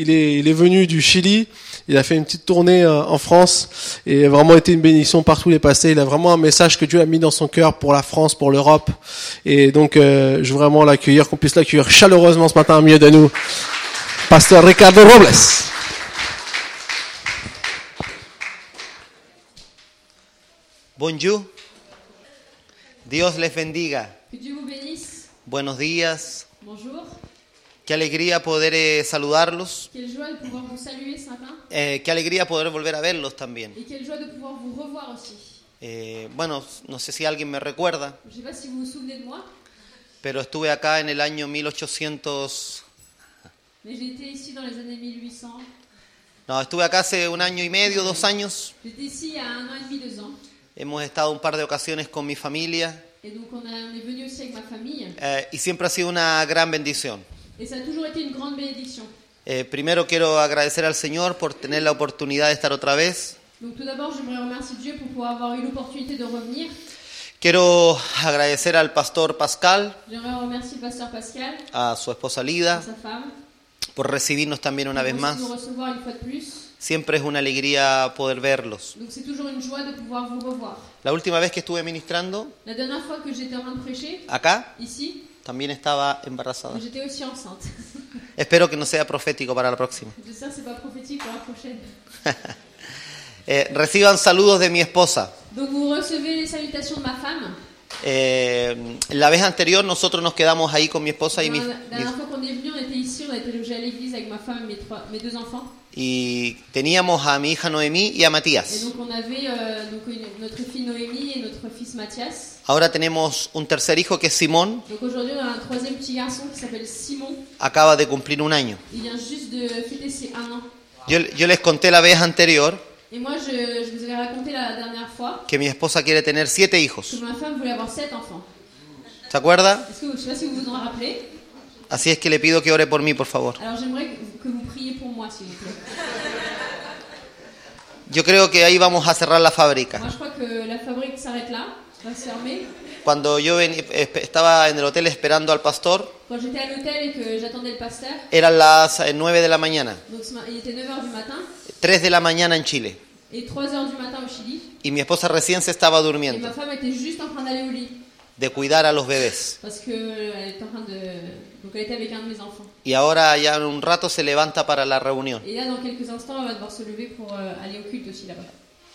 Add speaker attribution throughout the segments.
Speaker 1: il est, il est venu du Chili. Il a fait une petite tournée euh, en France et a vraiment été une bénédiction partout où il est passé. Il a vraiment un message que Dieu a mis dans son cœur pour la France, pour l'Europe. Et donc, euh, je veux vraiment l'accueillir, qu'on puisse l'accueillir chaleureusement ce matin au milieu de nous. Pasteur Ricardo Robles.
Speaker 2: Bonjour. Dios les bendiga.
Speaker 3: Que Dieu vous bénisse.
Speaker 2: Buenos días.
Speaker 3: Bonjour.
Speaker 2: Qué alegría poder eh, saludarlos.
Speaker 3: Quelle joie de pouvoir vous saluer ce matin.
Speaker 2: Eh, qué alegría poder volver a verlos también.
Speaker 3: Et quelle joie de pouvoir vous revoir aussi.
Speaker 2: Eh, bueno, no sé si alguien me recuerda,
Speaker 3: Je ne sais pas si vous vous souvenez de moi,
Speaker 2: pero estuve acá en el año 1800.
Speaker 3: mais j'ai été ici dans les années 1800.
Speaker 2: No, estuve acá hace un año y medio, dos años.
Speaker 3: J'étais ici il y a un an et demi, deux ans.
Speaker 2: Hemos estado un par de ocasiones con mi familia
Speaker 3: Et donc on, a- on est venu aussi avec ma famille.
Speaker 2: eh, y siempre ha sido una gran bendición.
Speaker 3: Et ça a toujours été une grande bénédiction.
Speaker 2: Eh, primero quiero agradecer al Señor por tener la oportunidad de estar otra vez.
Speaker 3: Donc tout d'abord, j'aimerais remercier Dieu pour pouvoir avoir eu l'opportunité de revenir.
Speaker 2: Quiero agradecer al pastor Pascal,
Speaker 3: J'aimerais remercier le pasteur Pascal,
Speaker 2: a su esposa
Speaker 3: et
Speaker 2: Lida,
Speaker 3: sa femme,
Speaker 2: por recibirnos también una vez
Speaker 3: pour
Speaker 2: más.
Speaker 3: nous recevoir une fois de plus.
Speaker 2: Siempre es una alegría poder verlos.
Speaker 3: Donc c'est toujours une joie de pouvoir vous revoir.
Speaker 2: La última vez que estuve ministrando
Speaker 3: La dernière fois que j'étais en train de prêcher,
Speaker 2: acá,
Speaker 3: ici,
Speaker 2: también estaba embarazada.
Speaker 3: j'étais aussi enceinte.
Speaker 2: Espero que no sea profético para la próxima.
Speaker 3: J'espère que c'est pas prophétique pour la prochaine.
Speaker 2: Eh, reciban saludos de mi esposa.
Speaker 3: Donc vous recevez les salutations de ma femme.
Speaker 2: Eh, la vez anterior nosotros nos quedamos ahí con mi esposa y,
Speaker 3: la
Speaker 2: mis-
Speaker 3: la dernière
Speaker 2: mis-
Speaker 3: fois qu'on est venu, on était ici, on a été logés à l'église avec ma femme et mes, trois, mes deux enfants.
Speaker 2: y teníamos a mi hija Noemí y a
Speaker 3: Et
Speaker 2: Matías.
Speaker 3: donc on avait euh, donc une- notre fille Noémie et notre fils Mathias.
Speaker 2: Ahora tenemos un tercer hijo que es Simón,
Speaker 3: Donc aujourd'hui on a un troisième petit garçon qui s'appelle Simon.
Speaker 2: acaba de cumplir un año.
Speaker 3: Il vient juste de fêter ses un an.
Speaker 2: Yo, yo les conté la vez anterior
Speaker 3: Et moi je, je vous avais raconté la dernière fois
Speaker 2: que mi esposa quiere tener siete
Speaker 3: que
Speaker 2: hijos.
Speaker 3: ma femme voulait avoir sept enfants.
Speaker 2: ¿Se acuerda?
Speaker 3: Est-ce que vous- je ne sais pas si vous vous en rappelez.
Speaker 2: Así es que le pido que ore por mí, por favor.
Speaker 3: Alors j'aimerais que vous- que vous priez pour moi s'il vous plaît.
Speaker 2: Yo creo que ahí vamos a cerrar la fábrica.
Speaker 3: Moi je crois que la fabrique s'arrête là, va se fermer.
Speaker 2: Cuando yo ven- esp- estaba en el hotel esperando al pastor,
Speaker 3: Quand j'étais à l'hôtel et que j'attendais le pasteur,
Speaker 2: eran las eh, 9 de la mañana,
Speaker 3: donc ce ma- il était 9h du matin
Speaker 2: 3 de la mañana en Chile,
Speaker 3: et 3h du matin au Chili,
Speaker 2: y mi esposa recién se estaba
Speaker 3: et ma
Speaker 2: durmiendo
Speaker 3: femme était juste en train d'aller au lit
Speaker 2: de cuidar a los bebés.
Speaker 3: parce que euh, elle était en train de donc elle était avec un de mes enfants.
Speaker 2: Y ahora ya en un rato se levanta para la reunión.
Speaker 3: Et là dans quelques instants, elle va devoir se lever pour euh, aller au culte aussi là-bas.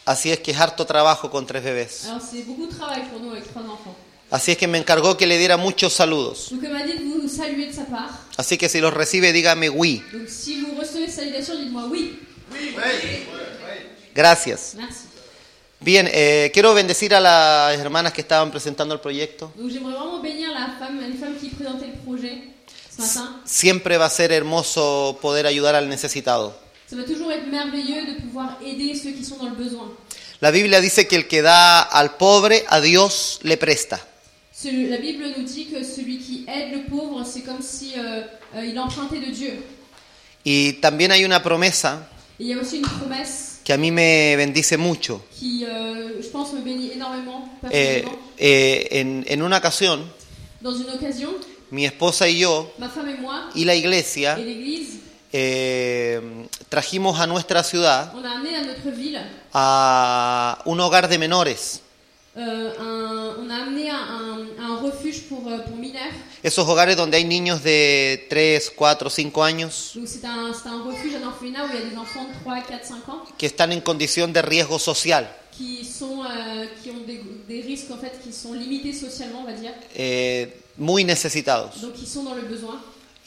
Speaker 2: Así es que es harto trabajo con tres bebés.
Speaker 3: Alors c'est beaucoup de travail pour nous avec trois enfants.
Speaker 2: Así es que me encargó que le diera muchos saludos.
Speaker 3: Donc elle m'a dit de vous saluer de sa part.
Speaker 2: Así que si los recibe, dígame oui.
Speaker 3: Donc si vous recevez cette salutation, dites-moi oui.
Speaker 2: Gracias.
Speaker 3: Merci.
Speaker 2: Bien, eh, quiero bendecir a las hermanas que estaban presentando el proyecto.
Speaker 3: Donc j'aimerais vraiment bénir la femme, les femmes qui présentaient le projet ce matin.
Speaker 2: Siempre va a ser hermoso poder ayudar al necesitado.
Speaker 3: Ça va toujours être merveilleux de pouvoir aider ceux qui sont dans le besoin.
Speaker 2: La Biblia dice que el que da al pobre, a Dios le presta.
Speaker 3: Celui- la Bible nous dit que celui qui aide le pauvre, c'est comme si euh, euh, il empruntait de Dieu.
Speaker 2: Y también hay una promesa
Speaker 3: Et il y a aussi une promesse
Speaker 2: que a mí me bendice mucho.
Speaker 3: qui, euh, je pense, me bénit énormément,
Speaker 2: Eh,
Speaker 3: personnellement.
Speaker 2: eh, en, en una ocasión,
Speaker 3: Dans une occasion,
Speaker 2: mi esposa y yo
Speaker 3: ma femme et moi
Speaker 2: y la
Speaker 3: et
Speaker 2: iglesia
Speaker 3: l'Église,
Speaker 2: eh, trajimos a nuestra ciudad
Speaker 3: on a amené à notre ville,
Speaker 2: a un hogar de menores.
Speaker 3: euh, un- on a amené à un, à un refuge pour, euh, pour mineurs.
Speaker 2: Esos hogares donde hay niños de 3, 4, 5 años
Speaker 3: Donc c'est un, c'est un refuge, un orphelinat où il y a des enfants de 3, 4, 5 ans
Speaker 2: que están en condición de riesgo social,
Speaker 3: qui, sont, euh, qui ont des, des risques en fait qui sont limités socialement, on va dire.
Speaker 2: eh, muy necesitados.
Speaker 3: Donc ils sont dans le besoin.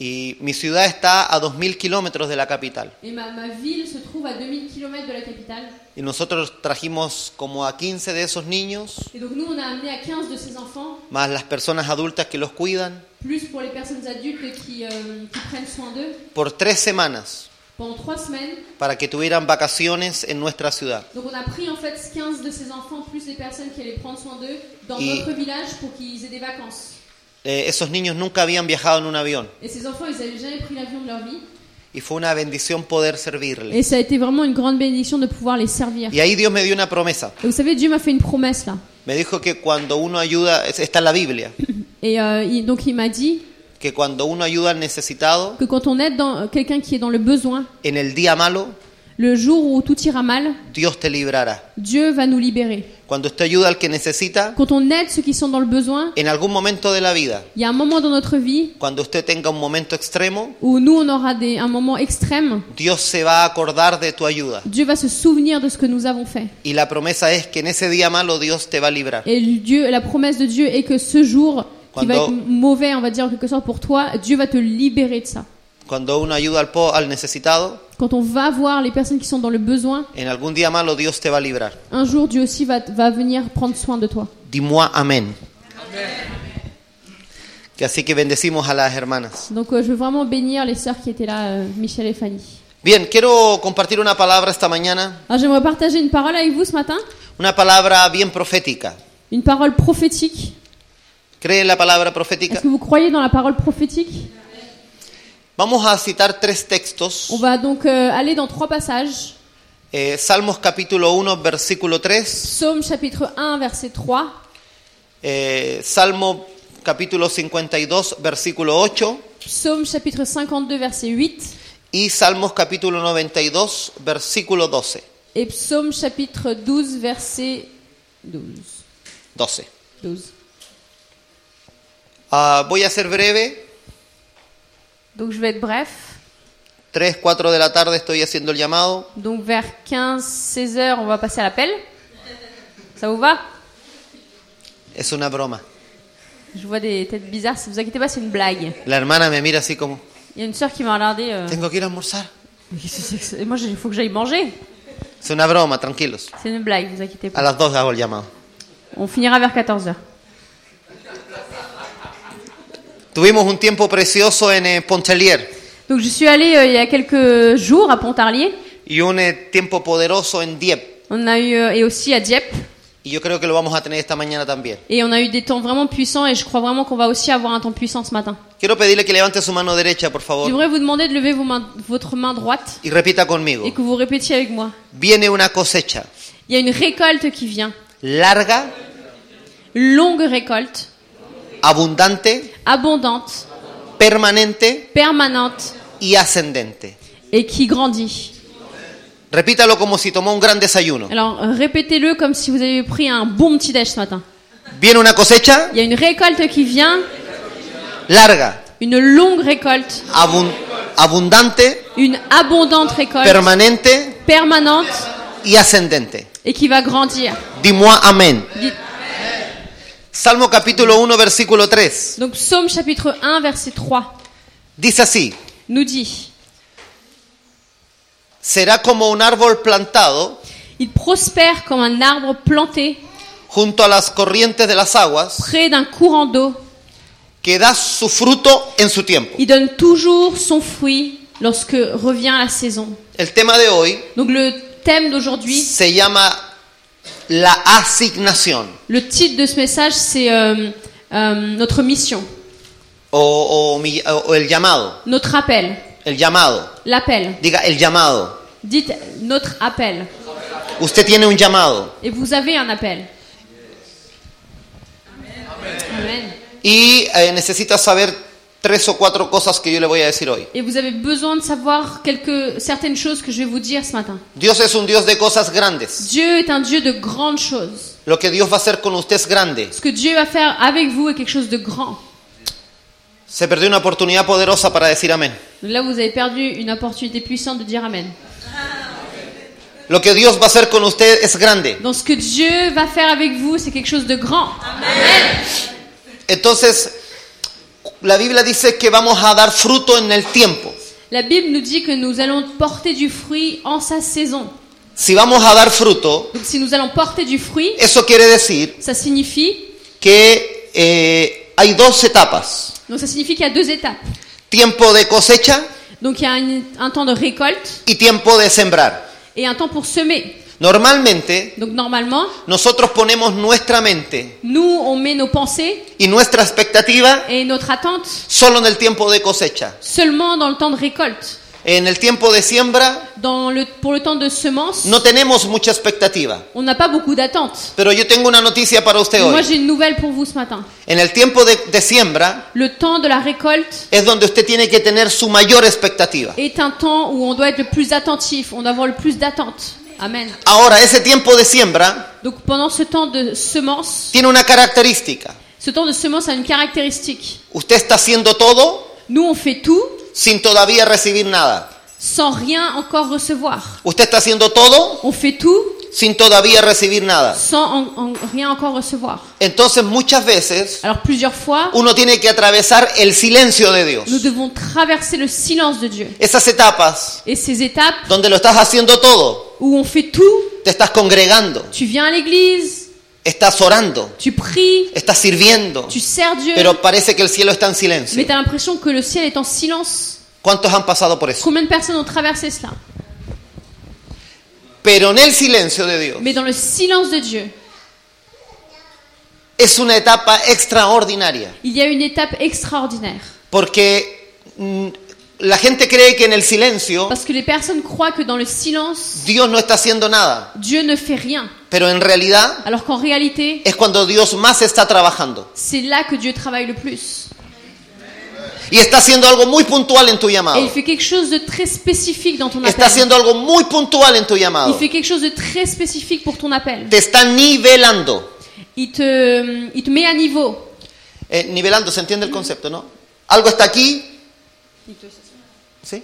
Speaker 2: Y mi ciudad está a 2.000 kilómetros de la capital.
Speaker 3: Et ma, ma ville se trouve à 2000 km de la capitale.
Speaker 2: Y nosotros trajimos como a 15 de esos niños,
Speaker 3: Et donc nous, on a amené à 15 de ces enfants,
Speaker 2: más las personas adultas que los cuidan,
Speaker 3: plus pour les personnes adultes qui, euh, qui prennent soin d'eux,
Speaker 2: por tres semanas
Speaker 3: pendant trois semaines.
Speaker 2: para que tuvieran vacaciones en nuestra ciudad.
Speaker 3: Donc on a pris en fait 15 de ces enfants, plus les personnes qui allaient prendre soin d'eux, dans
Speaker 2: Et-
Speaker 3: notre village pour qu'ils aient des vacances.
Speaker 2: Eh, esos niños nunca habían viajado en un avión
Speaker 3: Et ces enfants, ils n'avaient jamais pris l'avion de leur vie.
Speaker 2: y fue una bendición poder servirles.
Speaker 3: Et ça a été vraiment une grande bénédiction de pouvoir les servir.
Speaker 2: Y ahí Dios me dio una promesa.
Speaker 3: Et vous savez, Dieu m'a fait une promesse là.
Speaker 2: Me dijo que cuando uno ayuda, es- está en la Biblia,
Speaker 3: Et euh, il- donc il m'a dit,
Speaker 2: que cuando uno ayuda al necesitado,
Speaker 3: que quand on aide dans- euh, quelqu'un qui est dans le besoin,
Speaker 2: en el día malo,
Speaker 3: le jour où tout ira mal,
Speaker 2: Dios te librará.
Speaker 3: Dieu va nous libérer.
Speaker 2: Cuando usted ayuda al que necesita,
Speaker 3: Quand on aide ceux qui sont dans le besoin,
Speaker 2: en algún momento de la vida,
Speaker 3: il y a un moment dans notre vie
Speaker 2: cuando usted tenga un momento extremo,
Speaker 3: où nous, on aura des, un moment extrême.
Speaker 2: Dios se va a acordar de tu ayuda.
Speaker 3: Dieu va se souvenir de ce que nous avons fait.
Speaker 2: Y la promesa es que en ese día malo Dios te va a librar.
Speaker 3: Et Dieu, la promesse de Dieu est que ce jour, qui va être
Speaker 2: Quando-
Speaker 3: mauvais, on va dire en quelque sorte pour toi, Dieu va te libérer de ça.
Speaker 2: Cuando uno ayuda al, po- al necesitado,
Speaker 3: Quand on va voir les personnes qui sont dans le besoin,
Speaker 2: en algún día malo Dios te va a librar.
Speaker 3: un jour Dieu aussi va, va venir prendre soin de toi.
Speaker 2: Dis-moi amén. Que así que bendecimos a las hermanas.
Speaker 3: Donc euh, je veux vraiment bénir les sœurs qui étaient là, euh, Michel et Fanny.
Speaker 2: Bien, quiero compartir una palabra esta mañana,
Speaker 3: Alors j'aimerais partager une parole avec vous ce matin,
Speaker 2: una palabra bien profética.
Speaker 3: une parole prophétique.
Speaker 2: ¿Cree en la palabra profética?
Speaker 3: Est-ce que vous croyez dans la parole prophétique
Speaker 2: Vamos a citar tres
Speaker 3: On
Speaker 2: textos.
Speaker 3: va donc euh, aller dans trois passages.
Speaker 2: Eh, Salmos capítulo 1, versículo 3,
Speaker 3: Psaume chapitre 1, verset 3,
Speaker 2: eh, Salmo capítulo 52, versículo 8
Speaker 3: Psaume chapitre 52, verset 8
Speaker 2: y Salmos capítulo 92, versículo 12.
Speaker 3: et Psaume chapitre 12, verset 12.
Speaker 2: 12.
Speaker 3: 12.
Speaker 2: Ah, voy a ser breve.
Speaker 3: Donc je vais être bref.
Speaker 2: 3, 4 de la tarde estoy haciendo el llamado.
Speaker 3: Donc vers 15, 16 heures, on va passer à l'appel. Ça vous va
Speaker 2: Es una broma.
Speaker 3: Je vois des têtes bizarres, si vous inquiétez pas, c'est une blague.
Speaker 2: La hermana me mira así como,
Speaker 3: Il y a une sœur qui m'a regardé. euh,
Speaker 2: tengo que ir a almorzar.
Speaker 3: Mais qu'est-ce que c'est que ça Et Moi, il faut que j'aille manger.
Speaker 2: Es una broma, tranquilos.
Speaker 3: C'est une blague, vous inquiétez
Speaker 2: A
Speaker 3: pas.
Speaker 2: las 2 hago el llamado.
Speaker 3: On finira vers 14 heures.
Speaker 2: Tuvimos un tiempo precioso en eh, Pontellier
Speaker 3: Donc je suis allée euh, il y a quelques jours à Pontarlier.
Speaker 2: y un eh, tiempo poderoso en Dieppe.
Speaker 3: On a eu euh, et aussi à Dieppe.
Speaker 2: Y yo creo que lo vamos a tener esta mañana también.
Speaker 3: Et on a eu des temps vraiment puissants et je crois vraiment qu'on va aussi avoir un temps puissant ce matin.
Speaker 2: Quiero pedirle que levante su mano derecha, por favor,
Speaker 3: J'aimerais vous demander de lever vos mains- votre main droite
Speaker 2: y repita conmigo.
Speaker 3: et que vous répétiez avec moi.
Speaker 2: Viene una cosecha
Speaker 3: Il y a une récolte qui vient.
Speaker 2: larga,
Speaker 3: Longue récolte,
Speaker 2: abundante,
Speaker 3: abondante,
Speaker 2: permanente
Speaker 3: permanente
Speaker 2: y ascendente.
Speaker 3: et qui grandit.
Speaker 2: Repítalo como si tomó un gran desayuno.
Speaker 3: Alors euh, répétez-le comme si vous avez pris un bon petit déj ce matin.
Speaker 2: Viene una cosecha
Speaker 3: Il y a une récolte qui vient,
Speaker 2: larga,
Speaker 3: une longue récolte,
Speaker 2: abun- abundante,
Speaker 3: une abondante récolte,
Speaker 2: permanente
Speaker 3: permanente
Speaker 2: y ascendente.
Speaker 3: et qui va grandir.
Speaker 2: Dis-moi amén.
Speaker 3: Dites-
Speaker 2: Salmo capítulo 1, versículo 3.
Speaker 3: Donc Psaume chapitre 1 verset 3
Speaker 2: Dice así,
Speaker 3: nous dit,
Speaker 2: será como un árbol plantado
Speaker 3: Il prospère comme un arbre planté
Speaker 2: junto a las corrientes de las aguas,
Speaker 3: près d'un courant d'eau.
Speaker 2: que da su fruto en su tiempo.
Speaker 3: Il donne toujours son fruit lorsque revient la saison.
Speaker 2: El tema de hoy
Speaker 3: Donc le thème d'aujourd'hui,
Speaker 2: se llama la asignación
Speaker 3: le titre de ce message, c'est euh, euh, notre mission,
Speaker 2: o, o mi- o el llamado.
Speaker 3: notre appel,
Speaker 2: El llamado.
Speaker 3: l'appel.
Speaker 2: Diga, el llamado.
Speaker 3: Dites notre appel.
Speaker 2: Usted tiene un llamado.
Speaker 3: Et vous avez un appel. Amen.
Speaker 2: Y eh, necesita saber tres o cuatro cosas que yo le voy a decir hoy.
Speaker 3: Et vous avez besoin de savoir quelques, certaines choses que je vais vous dire ce matin.
Speaker 2: Dios es un Dios de cosas grandes.
Speaker 3: Dieu est un Dieu de grandes choses.
Speaker 2: Lo que Dios va a hacer con usted es grande.
Speaker 3: Ce que Dieu va faire avec vous est quelque chose de grand.
Speaker 2: Se perdió una oportunidad poderosa para decir amén.
Speaker 3: Donc Là, vous avez perdu une opportunité puissante de dire Amen.
Speaker 2: Lo que Dios va a hacer con usted es grande.
Speaker 3: Donc, ce que Dieu va faire avec vous, c'est quelque chose de grand.
Speaker 2: Entonces, la Biblia dice que vamos a dar fruto en el tiempo.
Speaker 3: La Bible nous dit que nous allons porter du fruit en sa saison.
Speaker 2: Si vamos a dar fruto,
Speaker 3: Donc, si nous allons porter du fruit,
Speaker 2: eso quiere decir
Speaker 3: ça signifie,
Speaker 2: que eh, hay dos etapas.
Speaker 3: donc ça signifie qu'il y a deux étapes.
Speaker 2: Tiempo de cosecha
Speaker 3: Donc, il y a une- un temps de récolte
Speaker 2: y tiempo de sembrar.
Speaker 3: et un temps pour semer.
Speaker 2: Normalmente,
Speaker 3: Donc, normalement,
Speaker 2: nosotros ponemos nuestra mente
Speaker 3: nous, on met nos pensées
Speaker 2: y nuestra expectativa
Speaker 3: et notre attente
Speaker 2: solo en el tiempo de cosecha.
Speaker 3: seulement dans le temps de récolte.
Speaker 2: En el tiempo de siembra
Speaker 3: Dans le, pour le temps de semence,
Speaker 2: no tenemos mucha expectativa,
Speaker 3: on n'a pas beaucoup d'attentes.
Speaker 2: pero yo tengo una noticia para usted
Speaker 3: Moi,
Speaker 2: hoy.
Speaker 3: j'ai une nouvelle pour vous ce matin.
Speaker 2: En el tiempo de, de siembra
Speaker 3: Le temps de la récolte
Speaker 2: es donde usted tiene que tener su mayor expectativa.
Speaker 3: est un temps où on doit être le plus attentif, on doit avoir le plus d'attentes. Amen.
Speaker 2: Ahora, ese tiempo de siembra
Speaker 3: Donc pendant ce temps de semence,
Speaker 2: tiene una característica.
Speaker 3: ce temps de semence a une caractéristique.
Speaker 2: Usted está haciendo todo
Speaker 3: Nous, on fait tout
Speaker 2: sin todavía recibir nada.
Speaker 3: sans rien encore recevoir.
Speaker 2: Usted está haciendo todo
Speaker 3: On fait tout
Speaker 2: sin todavía recibir nada.
Speaker 3: sans en- en- rien encore recevoir.
Speaker 2: Entonces, muchas veces
Speaker 3: Alors plusieurs fois,
Speaker 2: uno tiene que atravesar el silencio de Dios.
Speaker 3: nous devons traverser le silence de Dieu.
Speaker 2: Esas etapas
Speaker 3: Et ces étapes
Speaker 2: donde lo estás haciendo todo,
Speaker 3: où on fait tout,
Speaker 2: te estás congregando,
Speaker 3: tu viens à l'église,
Speaker 2: estás orando,
Speaker 3: tu pries,
Speaker 2: estás sirviendo,
Speaker 3: tu sers Dieu,
Speaker 2: pero parece que el cielo está en
Speaker 3: mais
Speaker 2: silencio.
Speaker 3: tu as l'impression que le ciel est en silence.
Speaker 2: ¿Cuántos han pasado por eso?
Speaker 3: Combien de personnes ont traversé cela
Speaker 2: Pero en el silencio de Dios
Speaker 3: Mais dans le silence de Dieu,
Speaker 2: es una etapa extraordinaria,
Speaker 3: il y a une étape extraordinaire.
Speaker 2: porque mm, la gente cree que en el silencio
Speaker 3: Parce que les personnes croient que dans le silence,
Speaker 2: Dios no está haciendo nada,
Speaker 3: Dieu ne fait rien.
Speaker 2: pero en realidad
Speaker 3: Alors qu'en réalité,
Speaker 2: es cuando Dios más está trabajando
Speaker 3: c'est là que Dieu travaille le plus.
Speaker 2: y está haciendo algo muy puntual en tu
Speaker 3: Et il
Speaker 2: llamado.
Speaker 3: fait quelque chose de très spécifique dans ton
Speaker 2: Está
Speaker 3: appel.
Speaker 2: haciendo algo muy puntual en tu
Speaker 3: Il
Speaker 2: llamado.
Speaker 3: fait quelque chose de très spécifique pour ton appel.
Speaker 2: Te está nivelando.
Speaker 3: Il te, il te met à niveau.
Speaker 2: Eh, nivelando, se entiende el concepto, ¿no? Algo está aquí, ¿sí?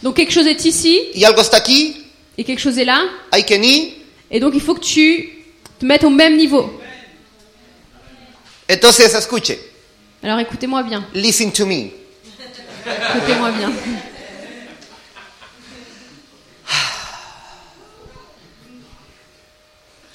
Speaker 3: Donc quelque chose est ici
Speaker 2: Y algo está aquí,
Speaker 3: et quelque chose est là.
Speaker 2: hay que ni.
Speaker 3: Et donc il faut que tu te mettes au même niveau.
Speaker 2: Entonces, escuche,
Speaker 3: Alors écoutez-moi bien.
Speaker 2: listen to me.
Speaker 3: Écoutez-moi bien.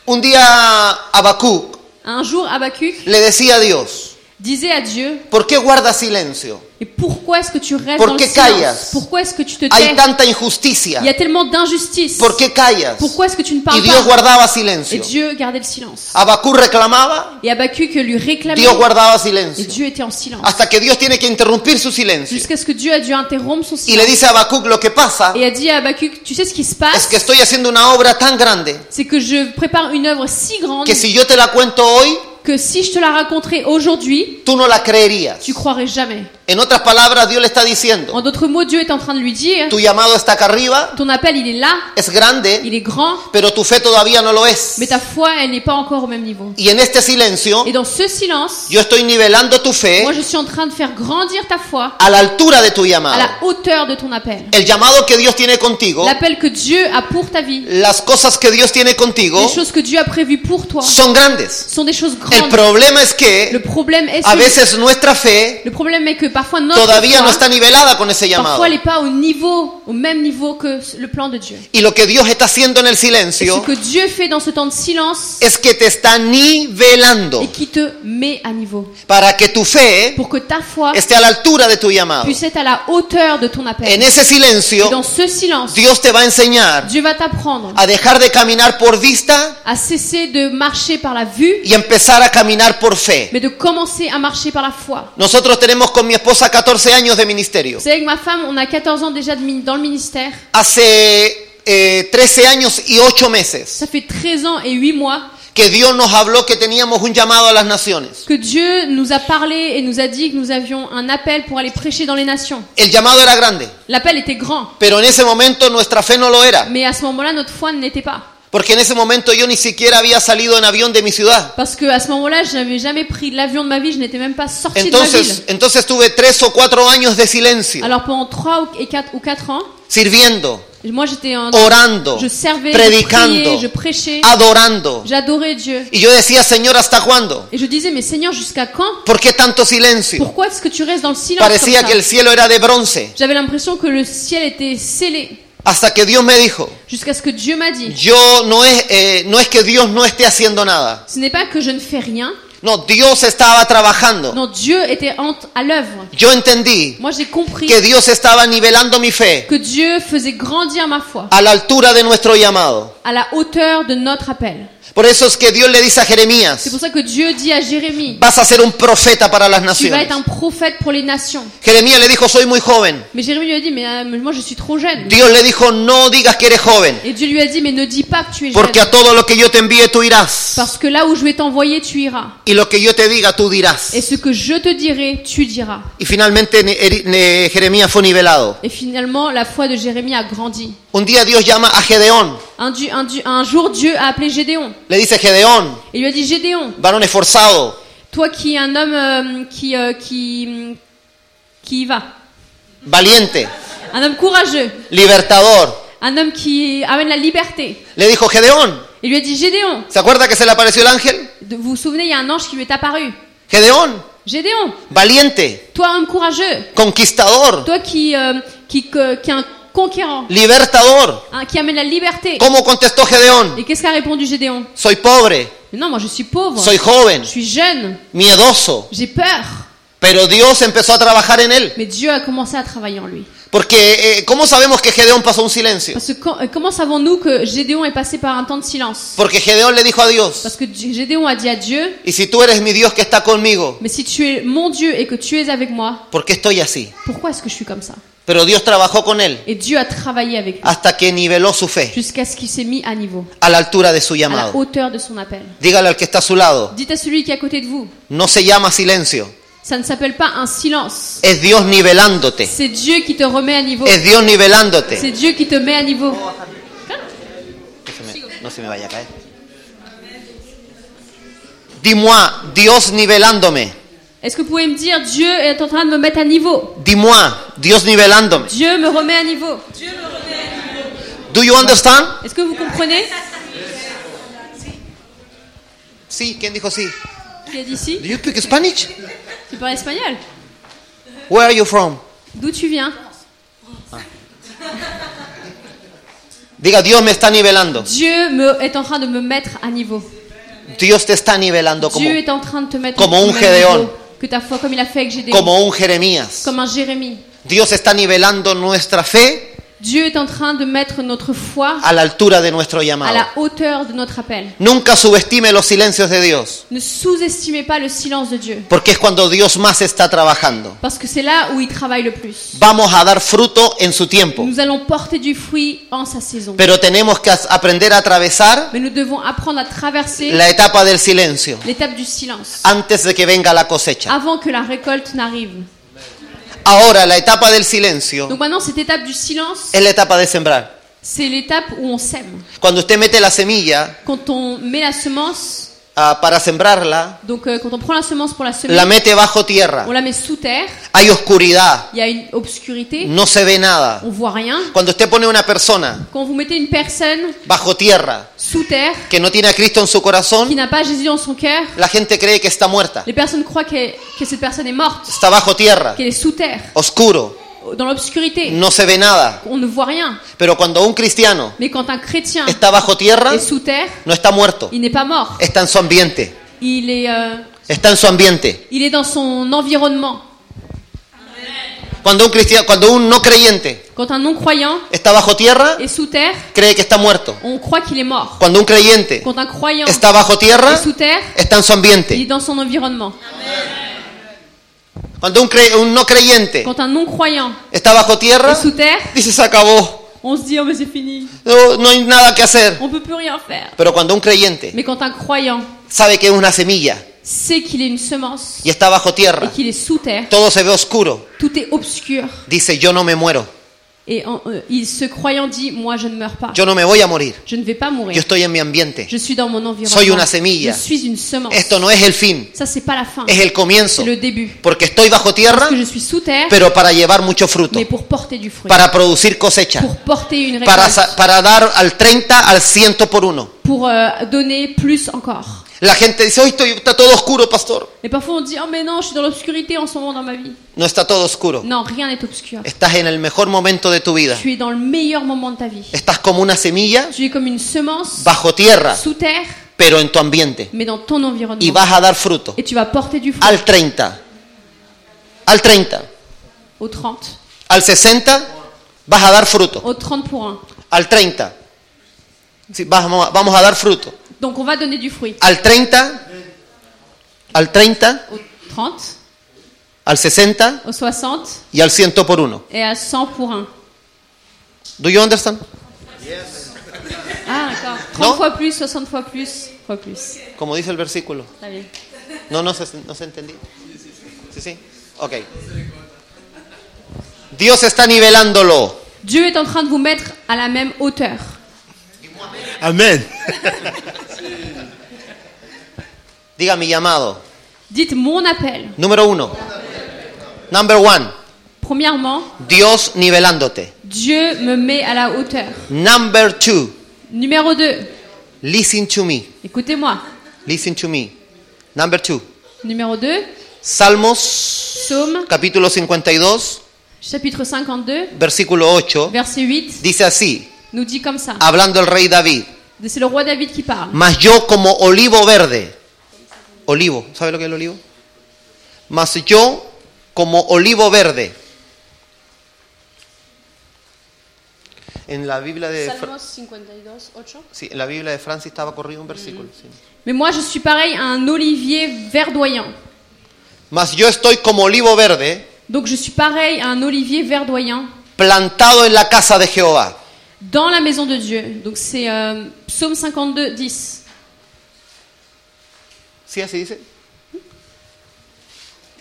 Speaker 2: Un día Habacuc
Speaker 3: Un jour, Habakkuk
Speaker 2: le decía a Dios,
Speaker 3: disait à Dieu
Speaker 2: ¿por qué guardas silencio?
Speaker 3: Et pourquoi est-ce que tu restes
Speaker 2: Por
Speaker 3: dans le
Speaker 2: qué
Speaker 3: silence
Speaker 2: callas
Speaker 3: Pourquoi est-ce que tu te
Speaker 2: Hay
Speaker 3: tais
Speaker 2: tanta injusticia,
Speaker 3: Il y a tellement d'injustices.
Speaker 2: ¿por qué callas?
Speaker 3: Pourquoi est-ce que tu ne
Speaker 2: Y
Speaker 3: parles
Speaker 2: Dios
Speaker 3: pas
Speaker 2: guardaba
Speaker 3: Et
Speaker 2: silencio.
Speaker 3: Dieu gardait le silence.
Speaker 2: Habacuc reclamaba,
Speaker 3: Et Habakkuk lui réclamait.
Speaker 2: Dios guardaba
Speaker 3: Et
Speaker 2: silencio.
Speaker 3: Dieu était en silence.
Speaker 2: Hasta que Dios tiene que interrumpir su silencio.
Speaker 3: Jusqu'à ce que Dieu a dû interrompre son
Speaker 2: Y le
Speaker 3: silence.
Speaker 2: dice a Habacuc, lo que pasa
Speaker 3: Et a dit à Habakkuk, tu sais ce qui se
Speaker 2: es
Speaker 3: passe
Speaker 2: que estoy haciendo una obra tan grande
Speaker 3: C'est que je prépare une œuvre si grande
Speaker 2: que si yo te la cuento hoy,
Speaker 3: que si je te la raconterais aujourd'hui,
Speaker 2: tú no la creerías.
Speaker 3: tu croirais jamais.
Speaker 2: En otras palabras, Dios le está diciendo,
Speaker 3: En d'autres mots, Dieu est en train de lui dire,
Speaker 2: tu llamado está acá arriba,
Speaker 3: ton appel, il est là,
Speaker 2: es grande,
Speaker 3: il est grand,
Speaker 2: pero tu fe todavía no lo es.
Speaker 3: mais ta foi, elle n'est pas encore au même niveau.
Speaker 2: Y en este silencio,
Speaker 3: Et dans ce silence,
Speaker 2: yo estoy nivelando tu
Speaker 3: Moi,
Speaker 2: fe
Speaker 3: je suis en train de faire grandir ta foi
Speaker 2: a la altura de tu
Speaker 3: à
Speaker 2: llamado.
Speaker 3: la hauteur de ton appel.
Speaker 2: El llamado que Dios tiene contigo,
Speaker 3: L'appel que Dieu a pour ta vie,
Speaker 2: las cosas que Dios tiene contigo
Speaker 3: les choses que Dieu a prévues pour toi,
Speaker 2: son grandes.
Speaker 3: sont des choses
Speaker 2: El
Speaker 3: grandes.
Speaker 2: problema es
Speaker 3: Le
Speaker 2: que
Speaker 3: problème est
Speaker 2: a
Speaker 3: celui-
Speaker 2: veces nuestra fe
Speaker 3: le problème est que parfois notre
Speaker 2: todavía
Speaker 3: foi,
Speaker 2: no está nivelada con ese llamado.
Speaker 3: parfois elle n'est pas au niveau, au même niveau que le plan de Dieu.
Speaker 2: Y lo que Dios está haciendo en el
Speaker 3: Et ce
Speaker 2: silencio
Speaker 3: que Dieu fait dans ce temps de silence
Speaker 2: es que te está nivelando
Speaker 3: et qui te met à niveau,
Speaker 2: para que tu fe
Speaker 3: pour que ta foi
Speaker 2: esté a la altura de tu llamado.
Speaker 3: puisse être à la hauteur de ton
Speaker 2: En
Speaker 3: appel.
Speaker 2: ese
Speaker 3: Et
Speaker 2: silencio,
Speaker 3: dans ce silence,
Speaker 2: Dios te va a enseñar
Speaker 3: Dieu va t'apprendre
Speaker 2: a dejar de caminar por vista
Speaker 3: à cesser de marcher par la vue,
Speaker 2: y empezar a caminar por fe.
Speaker 3: mais de commencer à marcher par la foi.
Speaker 2: Nosotros tenemos con mi esposa 14 años de ministerio.
Speaker 3: Vous savez, avec ma femme, on a 14 ans déjà de min- dans le ministère.
Speaker 2: Hace eh, 13 años y 8 meses
Speaker 3: Ça fait 13 ans et 8 mois
Speaker 2: que Dios nos habló que teníamos un llamado a las naciones.
Speaker 3: que Dieu nous a parlé et nous a dit que nous avions un appel pour aller prêcher dans les nations.
Speaker 2: El llamado era grande,
Speaker 3: L'appel était grand,
Speaker 2: pero en ese momento nuestra fe no lo era,
Speaker 3: mais à ce moment-là, notre foi n'était pas.
Speaker 2: porque en ese momento yo ni siquiera había salido en avión de mi ciudad.
Speaker 3: Parce que à ce moment-là, je n'avais jamais pris l'avion de ma vie, je n'étais même pas sortie de ma
Speaker 2: Entonces,
Speaker 3: ville.
Speaker 2: entonces tuve 3 o 4 años de silencio,
Speaker 3: Alors pendant 3 ou 4, ou quatre ans,
Speaker 2: sirviendo,
Speaker 3: moi j'étais en...
Speaker 2: orando,
Speaker 3: Je servais, je priais,
Speaker 2: Oh, predicando,
Speaker 3: je prêchais,
Speaker 2: adorando.
Speaker 3: j'adorais Dieu.
Speaker 2: Y yo decía, Señor, ¿hasta cuándo?
Speaker 3: Et je disais, mais Seigneur, jusqu'à quand
Speaker 2: ¿Por qué tanto silencio?
Speaker 3: Pourquoi est-ce que tu restes dans le silence comme
Speaker 2: Parecía
Speaker 3: ça
Speaker 2: que el cielo era de bronce.
Speaker 3: J'avais l'impression que le ciel était scellé.
Speaker 2: Hasta que Dios me dijo,
Speaker 3: Jusqu'à ce que Dieu m'a dit,
Speaker 2: yo no es, eh, no es que Dios no esté haciendo nada.
Speaker 3: ce n'est pas que je ne fais rien,
Speaker 2: No, Dios estaba trabajando.
Speaker 3: non, Dieu était en- à l'œuvre.
Speaker 2: Yo entendí
Speaker 3: Moi, j'ai compris
Speaker 2: que Dios estaba nivelando mi fe
Speaker 3: que Dieu faisait grandir ma foi
Speaker 2: a la altura de nuestro llamado.
Speaker 3: à la hauteur de notre appel.
Speaker 2: Por eso es que Dios le dice a Jeremías,
Speaker 3: C'est pour ça que Dieu dit à Jérémie,
Speaker 2: vas a ser un profeta para las
Speaker 3: tu vas
Speaker 2: naciones.
Speaker 3: être un prophète pour les nations.
Speaker 2: Jeremías le dijo, soy muy joven.
Speaker 3: Mais Jérémie lui a dit, mais euh, moi je suis trop jeune.
Speaker 2: Dios le dijo, no digas que eres joven,
Speaker 3: Et Dieu lui a dit, mais ne dis pas que tu es
Speaker 2: porque
Speaker 3: jeune.
Speaker 2: a todo lo que yo te envíe tú irás,
Speaker 3: Parce que là où je vais t'envoyer, tu iras.
Speaker 2: y lo que yo te diga tú dirás.
Speaker 3: Et ce que je te dirai, tu diras.
Speaker 2: Y finalmente ne- Eri- ne- Jeremías fue nivelado.
Speaker 3: Et finalement, la foi de Jérémie a grandi.
Speaker 2: Un día Dios llama a Gedeón,
Speaker 3: Un, du- un du- un jour, Dieu a appelé Gédéon.
Speaker 2: le dice, Gedeón,
Speaker 3: Et lui a dit, Gédéon,
Speaker 2: varón esforzado,
Speaker 3: toi qui es un homme euh, qui, euh, qui, qui y va.
Speaker 2: valiente,
Speaker 3: Un homme courageux.
Speaker 2: libertador.
Speaker 3: Un homme qui amène la liberté.
Speaker 2: Le dijo, Gedeón,
Speaker 3: Il lui a dit, Gédéon,
Speaker 2: ¿se acuerda que se le apareció el ángel?
Speaker 3: de- vous vous souvenez, il y a un ange qui lui est apparu.
Speaker 2: Gedeón,
Speaker 3: Gédéon,
Speaker 2: valiente,
Speaker 3: toi homme courageux,
Speaker 2: conquistador,
Speaker 3: toi qui, euh, qui, que- qui est un conquérant,
Speaker 2: libertador.
Speaker 3: hein, qui amène la liberté.
Speaker 2: ¿Cómo contestó Gedeón?
Speaker 3: Et qu'est-ce qu'a répondu Gédéon
Speaker 2: Soy pobre,
Speaker 3: Mais Non, moi je suis pauvre,
Speaker 2: soy joven,
Speaker 3: je suis jeune,
Speaker 2: miedoso.
Speaker 3: j'ai peur.
Speaker 2: Pero Dios empezó a trabajar en él.
Speaker 3: Mais Dieu a commencé à travailler en lui.
Speaker 2: Porque, eh, ¿cómo sabemos que Gedeón pasó un silencio?
Speaker 3: Parce que quand- euh, comment savons-nous que Gédéon est passé par un temps de silence
Speaker 2: Porque Gedeón le dijo a Dios,
Speaker 3: Parce que Dieu- Gédéon a dit à Dieu,
Speaker 2: y si tú eres mi Dios que está conmigo,
Speaker 3: mais si tu es mon Dieu et que tu es avec moi,
Speaker 2: ¿por qué estoy así?
Speaker 3: pourquoi est-ce que je suis comme ça
Speaker 2: Pero Dios trabajó con él
Speaker 3: Et Dieu a travaillé avec lui
Speaker 2: hasta que niveló su fe
Speaker 3: jusqu'à ce qu'il s'est mis à niveau,
Speaker 2: a la altura de su
Speaker 3: à la
Speaker 2: llamado.
Speaker 3: hauteur de son appel.
Speaker 2: Dígale al que está a su lado,
Speaker 3: Dites à celui qui est à côté de vous,
Speaker 2: no se llama silencio,
Speaker 3: ça ne s'appelle pas un silence.
Speaker 2: es Dios nivelándote,
Speaker 3: C'est Dieu qui te remet à niveau.
Speaker 2: es Dios nivelándote.
Speaker 3: C'est Dieu qui te met à niveau.
Speaker 2: No se me, no se me vaya a caer. Dis-moi, Dios nivelándome.
Speaker 3: Est-ce que vous pouvez me dire Dieu est en train de me mettre à niveau
Speaker 2: Dis-moi, Dios nivelándome.
Speaker 3: Dieu me remet à niveau.
Speaker 2: Do you understand?
Speaker 3: Est-ce que vous comprenez
Speaker 2: Sí, ¿quién dijo sí?
Speaker 3: Qui est d'ici
Speaker 2: Do you speak Spanish?
Speaker 3: Tu parles espagnol
Speaker 2: Where are you from?
Speaker 3: D'où tu viens
Speaker 2: Diga, Dios me está nivelando.
Speaker 3: Dieu me, est en train de me mettre à niveau.
Speaker 2: Dios te está nivelando como,
Speaker 3: Dieu est en train de te mettre
Speaker 2: Como
Speaker 3: à
Speaker 2: un
Speaker 3: niveau.
Speaker 2: Gédéon.
Speaker 3: Que ta foi, comme il a fait avec Gédéon.
Speaker 2: como un Jeremías.
Speaker 3: Comme un Jérémie.
Speaker 2: Dios está nivelando nuestra fe
Speaker 3: Dieu est en train de mettre notre foi
Speaker 2: a la altura de nuestro
Speaker 3: à
Speaker 2: llamado.
Speaker 3: la hauteur de notre appel.
Speaker 2: Nunca subestime los silencios de Dios,
Speaker 3: Ne sous-estimez pas le silence de Dieu.
Speaker 2: porque es cuando Dios más está trabajando.
Speaker 3: Parce que c'est là où il travaille le plus.
Speaker 2: Vamos a dar fruto en su tiempo,
Speaker 3: Nous allons porter du fruit en sa saison.
Speaker 2: pero tenemos que as- aprender a atravesar
Speaker 3: Mais nous devons apprendre à traverser
Speaker 2: la etapa del silencio
Speaker 3: l'étape du silence
Speaker 2: antes de que venga la cosecha.
Speaker 3: avant que la récolte n'arrive.
Speaker 2: Ahora, la etapa del silencio
Speaker 3: Donc maintenant, cette étape du silence,
Speaker 2: es la etapa de sembrar.
Speaker 3: c'est l'étape où on sème.
Speaker 2: Cuando usted mete la semilla
Speaker 3: Quand on met la semence,
Speaker 2: ah, para sembrarla,
Speaker 3: donc euh, quand on prend la semence pour la semer,
Speaker 2: la mete bajo tierra.
Speaker 3: on la met sous terre,
Speaker 2: Hay oscuridad,
Speaker 3: il y a une obscurité,
Speaker 2: no se ve nada.
Speaker 3: on voit rien.
Speaker 2: Cuando usted pone una persona
Speaker 3: Quand vous mettez une personne
Speaker 2: bajo tierra
Speaker 3: sous terre
Speaker 2: que no tiene a Cristo en su
Speaker 3: qui
Speaker 2: corazón,
Speaker 3: n'a pas Jésus dans son cœur,
Speaker 2: la gente cree que está muerta.
Speaker 3: les personnes croient qu'elle- que cette personne est morte,
Speaker 2: Está bajo tierra,
Speaker 3: qu'elle est sous terre,
Speaker 2: oscuro,
Speaker 3: dans l'obscurité,
Speaker 2: no se ve nada.
Speaker 3: on ne voit rien.
Speaker 2: Pero cuando un cristiano
Speaker 3: Mais quand un chrétien
Speaker 2: está bajo tierra,
Speaker 3: est sous terre,
Speaker 2: no está muerto,
Speaker 3: il n'est pas mort.
Speaker 2: está en su ambiente,
Speaker 3: Il est, euh,
Speaker 2: está en su ambiente.
Speaker 3: il est dans son environnement.
Speaker 2: Cuando un cristiano, cuando un no creyente
Speaker 3: Quand un non-croyant
Speaker 2: está bajo tierra,
Speaker 3: est sous terre,
Speaker 2: cree que está muerto.
Speaker 3: on croit qu'il est mort.
Speaker 2: Cuando un creyente
Speaker 3: Quand un croyant
Speaker 2: está bajo tierra,
Speaker 3: est sous terre,
Speaker 2: está en su
Speaker 3: il est
Speaker 2: ambiente.
Speaker 3: dans son environnement.
Speaker 2: Cuando un, cre- un no creyente
Speaker 3: Quand un non-croyant
Speaker 2: está bajo
Speaker 3: est
Speaker 2: tierra,
Speaker 3: sous terre,
Speaker 2: dice se acabó,
Speaker 3: on se dit oh mais c'est fini,
Speaker 2: no, no hay nada que hacer.
Speaker 3: on peut plus rien faire.
Speaker 2: Pero cuando un creyente
Speaker 3: Mais quand un croyant
Speaker 2: sabe que es una semilla
Speaker 3: sait qu'il est une semence
Speaker 2: y está bajo
Speaker 3: et
Speaker 2: tierra,
Speaker 3: qu'il est sous terre,
Speaker 2: todo se ve oscuro,
Speaker 3: tout est obscur
Speaker 2: dice yo no me muero,
Speaker 3: et en- euh, il, ce croyant dit moi je ne meurs pas,
Speaker 2: yo no me voy a morir,
Speaker 3: je ne vais pas
Speaker 2: yo
Speaker 3: mourir,
Speaker 2: estoy en mi ambiente.
Speaker 3: je suis dans mon
Speaker 2: Soy una
Speaker 3: environnement,
Speaker 2: semilla.
Speaker 3: je suis une semence.
Speaker 2: Esto no es el fin,
Speaker 3: Ça c'est pas la fin,
Speaker 2: es el comienzo,
Speaker 3: c'est le début.
Speaker 2: porque estoy bajo tierra,
Speaker 3: Parce que je suis sous terre,
Speaker 2: pero para llevar mucho fruto,
Speaker 3: mais pour porter du fruit,
Speaker 2: para producir cosecha,
Speaker 3: pour porter une
Speaker 2: para,
Speaker 3: récolte.
Speaker 2: sa- para dar al 30 al 100 por uno.
Speaker 3: pour euh, donner plus encore.
Speaker 2: La gente dice, hoy estoy, está todo oscuro, pastor.
Speaker 3: Et parfois on dit oh mais non je suis dans l'obscurité en ce moment dans ma vie.
Speaker 2: No está todo oscuro,
Speaker 3: Non rien n'est obscur.
Speaker 2: estás en el mejor momento de tu vida,
Speaker 3: Tu es dans le meilleur moment de ta vie.
Speaker 2: estás como una semilla
Speaker 3: Tu es comme une semence
Speaker 2: bajo tierra,
Speaker 3: sous terre
Speaker 2: pero en tu ambiente.
Speaker 3: mais dans ton
Speaker 2: y
Speaker 3: environnement.
Speaker 2: vas a dar fruto.
Speaker 3: Et tu vas porter du fruit
Speaker 2: Al 30, al 30,
Speaker 3: au 30,
Speaker 2: al 60 vas a dar fruto.
Speaker 3: au 30 pour 1,
Speaker 2: Al 30, sí, vamos, vamos a dar fruto.
Speaker 3: Donc on va donner du fruit
Speaker 2: al 30, al 30,
Speaker 3: au 30,
Speaker 2: al 60
Speaker 3: au 60
Speaker 2: y al 100 por uno.
Speaker 3: et à 100 pour 1.
Speaker 2: Do you understand?
Speaker 3: Ah, d'accord. 30
Speaker 2: Non.
Speaker 3: fois plus, 60 fois plus, fois plus.
Speaker 2: Como dice el versículo.
Speaker 3: Très bien.
Speaker 2: No, no se, no se entendí. Sí, sí. Ok. Dios está nivelándolo.
Speaker 3: Dieu est en train de vous mettre à la même hauteur.
Speaker 4: Amen.
Speaker 2: Diga mi llamado.
Speaker 3: Dites mon appel.
Speaker 2: Número uno. Number one.
Speaker 3: Premièrement,
Speaker 2: Dios nivelándote.
Speaker 3: Dieu me met à la hauteur.
Speaker 2: Number two.
Speaker 3: Numéro 2,
Speaker 2: Listen to me.
Speaker 3: écoutez-moi.
Speaker 2: Listen to me. Number two.
Speaker 3: Numéro 2,
Speaker 2: Salmos
Speaker 3: Psaume
Speaker 2: capítulo 52,
Speaker 3: chapitre 52,
Speaker 2: versículo 8.
Speaker 3: verset 8,
Speaker 2: Dice así,
Speaker 3: nous dit comme ça.
Speaker 2: hablando el rey David.
Speaker 3: C'est le roi David qui parle.
Speaker 2: Mas yo como olivo verde. Olivo, ¿sabe lo que es el olivo? Mas yo como olivo verde. En la Biblia de Fra-
Speaker 3: 52, 8.
Speaker 2: sí, en la Biblia de Francis estaba corrido un versículo. sí.
Speaker 3: Mais moi, je suis pareil à un olivier verdoyant.
Speaker 2: Mas yo estoy como olivo verde
Speaker 3: Donc, je suis pareil à un olivier verdoyant
Speaker 2: plantado en la casa de Jehová.
Speaker 3: dans la maison de Dieu. Donc, c'est euh, psaume 52, 10.
Speaker 2: ¿Sí así dice?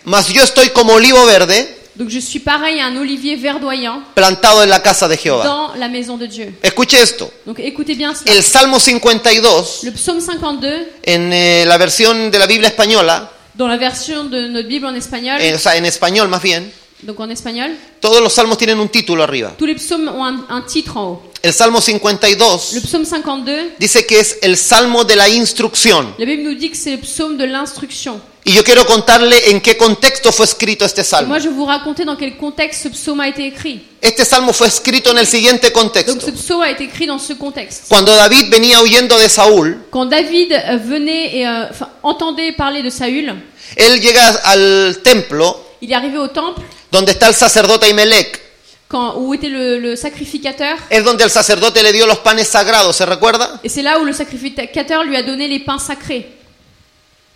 Speaker 2: Mas yo estoy como olivo verde
Speaker 3: Donc, je suis pareil à un olivier verdoyant
Speaker 2: plantado en la casa de Jehová.
Speaker 3: dans la maison de Dieu.
Speaker 2: Escuche esto.
Speaker 3: Donc, écoutez bien cela.
Speaker 2: El Salmo 52
Speaker 3: Le psaume 52,
Speaker 2: en eh, la versión de la Biblia española,
Speaker 3: dans la version de notre Bible en espagnol,
Speaker 2: eh, o sea, en español más bien,
Speaker 3: donc en espagnol,
Speaker 2: todos los salmos tienen un título arriba.
Speaker 3: tous les psaumes ont un, un titre en haut.
Speaker 2: El Salmo
Speaker 3: Le
Speaker 2: 52
Speaker 3: psaume 52,
Speaker 2: dice que es el Salmo de la instrucción.
Speaker 3: la Bible nous dit que c'est le psaume de l'instruction.
Speaker 2: Y yo quiero contarle en qué contexto fue escrito este
Speaker 3: Et
Speaker 2: salmo.
Speaker 3: Moi, je vais vous raconter dans quel contexte ce psaume a été écrit.
Speaker 2: Este salmo fue escrito en el siguiente
Speaker 3: Donc, ce
Speaker 2: contexto.
Speaker 3: psaume a été écrit dans ce contexte.
Speaker 2: Cuando David venía huyendo de Saúl,
Speaker 3: Quand David euh, venait et euh, enfin, entendait parler de Saül,
Speaker 2: él llega al templo
Speaker 3: il est arrivé au temple
Speaker 2: donde está el sacerdote Imelec.
Speaker 3: quand, où était le, le sacrificateur.
Speaker 2: Es donde el sacerdote le dio los panes sagrados, ¿se recuerda?
Speaker 3: Et c'est là où le sacrificateur lui a donné les pains sacrés.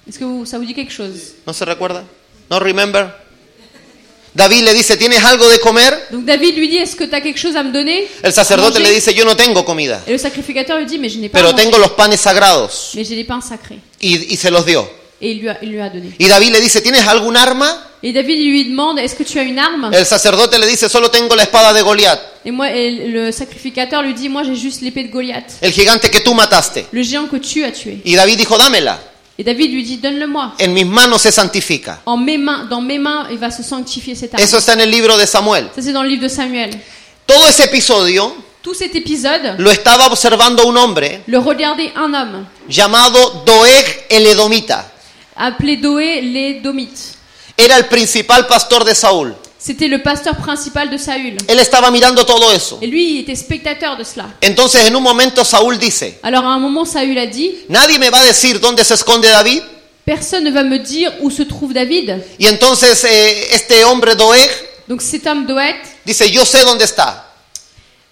Speaker 3: Est-ce que vous- ça vous dit quelque chose
Speaker 2: ¿No se recuerda? ¿No remember? David le dice, ¿tienes algo de comer?
Speaker 3: Donc David lui dit, est-ce que tu as quelque chose à me donner
Speaker 2: El sacerdote
Speaker 3: À
Speaker 2: le
Speaker 3: manger
Speaker 2: dice, yo no tengo comida,
Speaker 3: Et le sacrificateur lui dit, mais je n'ai pas à
Speaker 2: pero
Speaker 3: manger,
Speaker 2: tengo los panes sagrados.
Speaker 3: mais j'ai les pains sacrés.
Speaker 2: Y, y se los dio.
Speaker 3: Et il lui a, il lui a donné.
Speaker 2: Y David le dice, ¿tienes algún arma?
Speaker 3: Et David lui demande, est-ce que tu as une arme
Speaker 2: El sacerdote le dice, solo tengo la espada de Goliat,
Speaker 3: Et moi, et le sacrificateur lui dit, moi j'ai juste l'épée de Goliath,
Speaker 2: el gigante que tú mataste.
Speaker 3: le géant que tu as tué.
Speaker 2: Y David dijo, dámela,
Speaker 3: Et David lui dit, donne-le-moi.
Speaker 2: en mis manos se santifica.
Speaker 3: En mes mains, dans mes mains, il va se sanctifier cette arme.
Speaker 2: Eso está en el libro de Samuel.
Speaker 3: Ça c'est dans le livre de Samuel.
Speaker 2: Todo ese episodio
Speaker 3: Tout cet épisode,
Speaker 2: lo estaba observando un hombre
Speaker 3: le regardait un homme
Speaker 2: llamado Doeg el Edomita.
Speaker 3: appelé Doé les Domites.
Speaker 2: Era el principal pastor de Saúl.
Speaker 3: C'était le pasteur principal de Saül.
Speaker 2: Él estaba mirando todo eso.
Speaker 3: Et lui, il était spectateur de cela.
Speaker 2: Entonces en un momento Saúl dice,
Speaker 3: Alors à un moment, Saül a dit,
Speaker 2: nadie me va a decir dónde se esconde David.
Speaker 3: personne ne va me dire où se trouve David.
Speaker 2: Y entonces eh, este hombre Doeg
Speaker 3: Donc cet homme Doet
Speaker 2: dice, yo sé dónde está.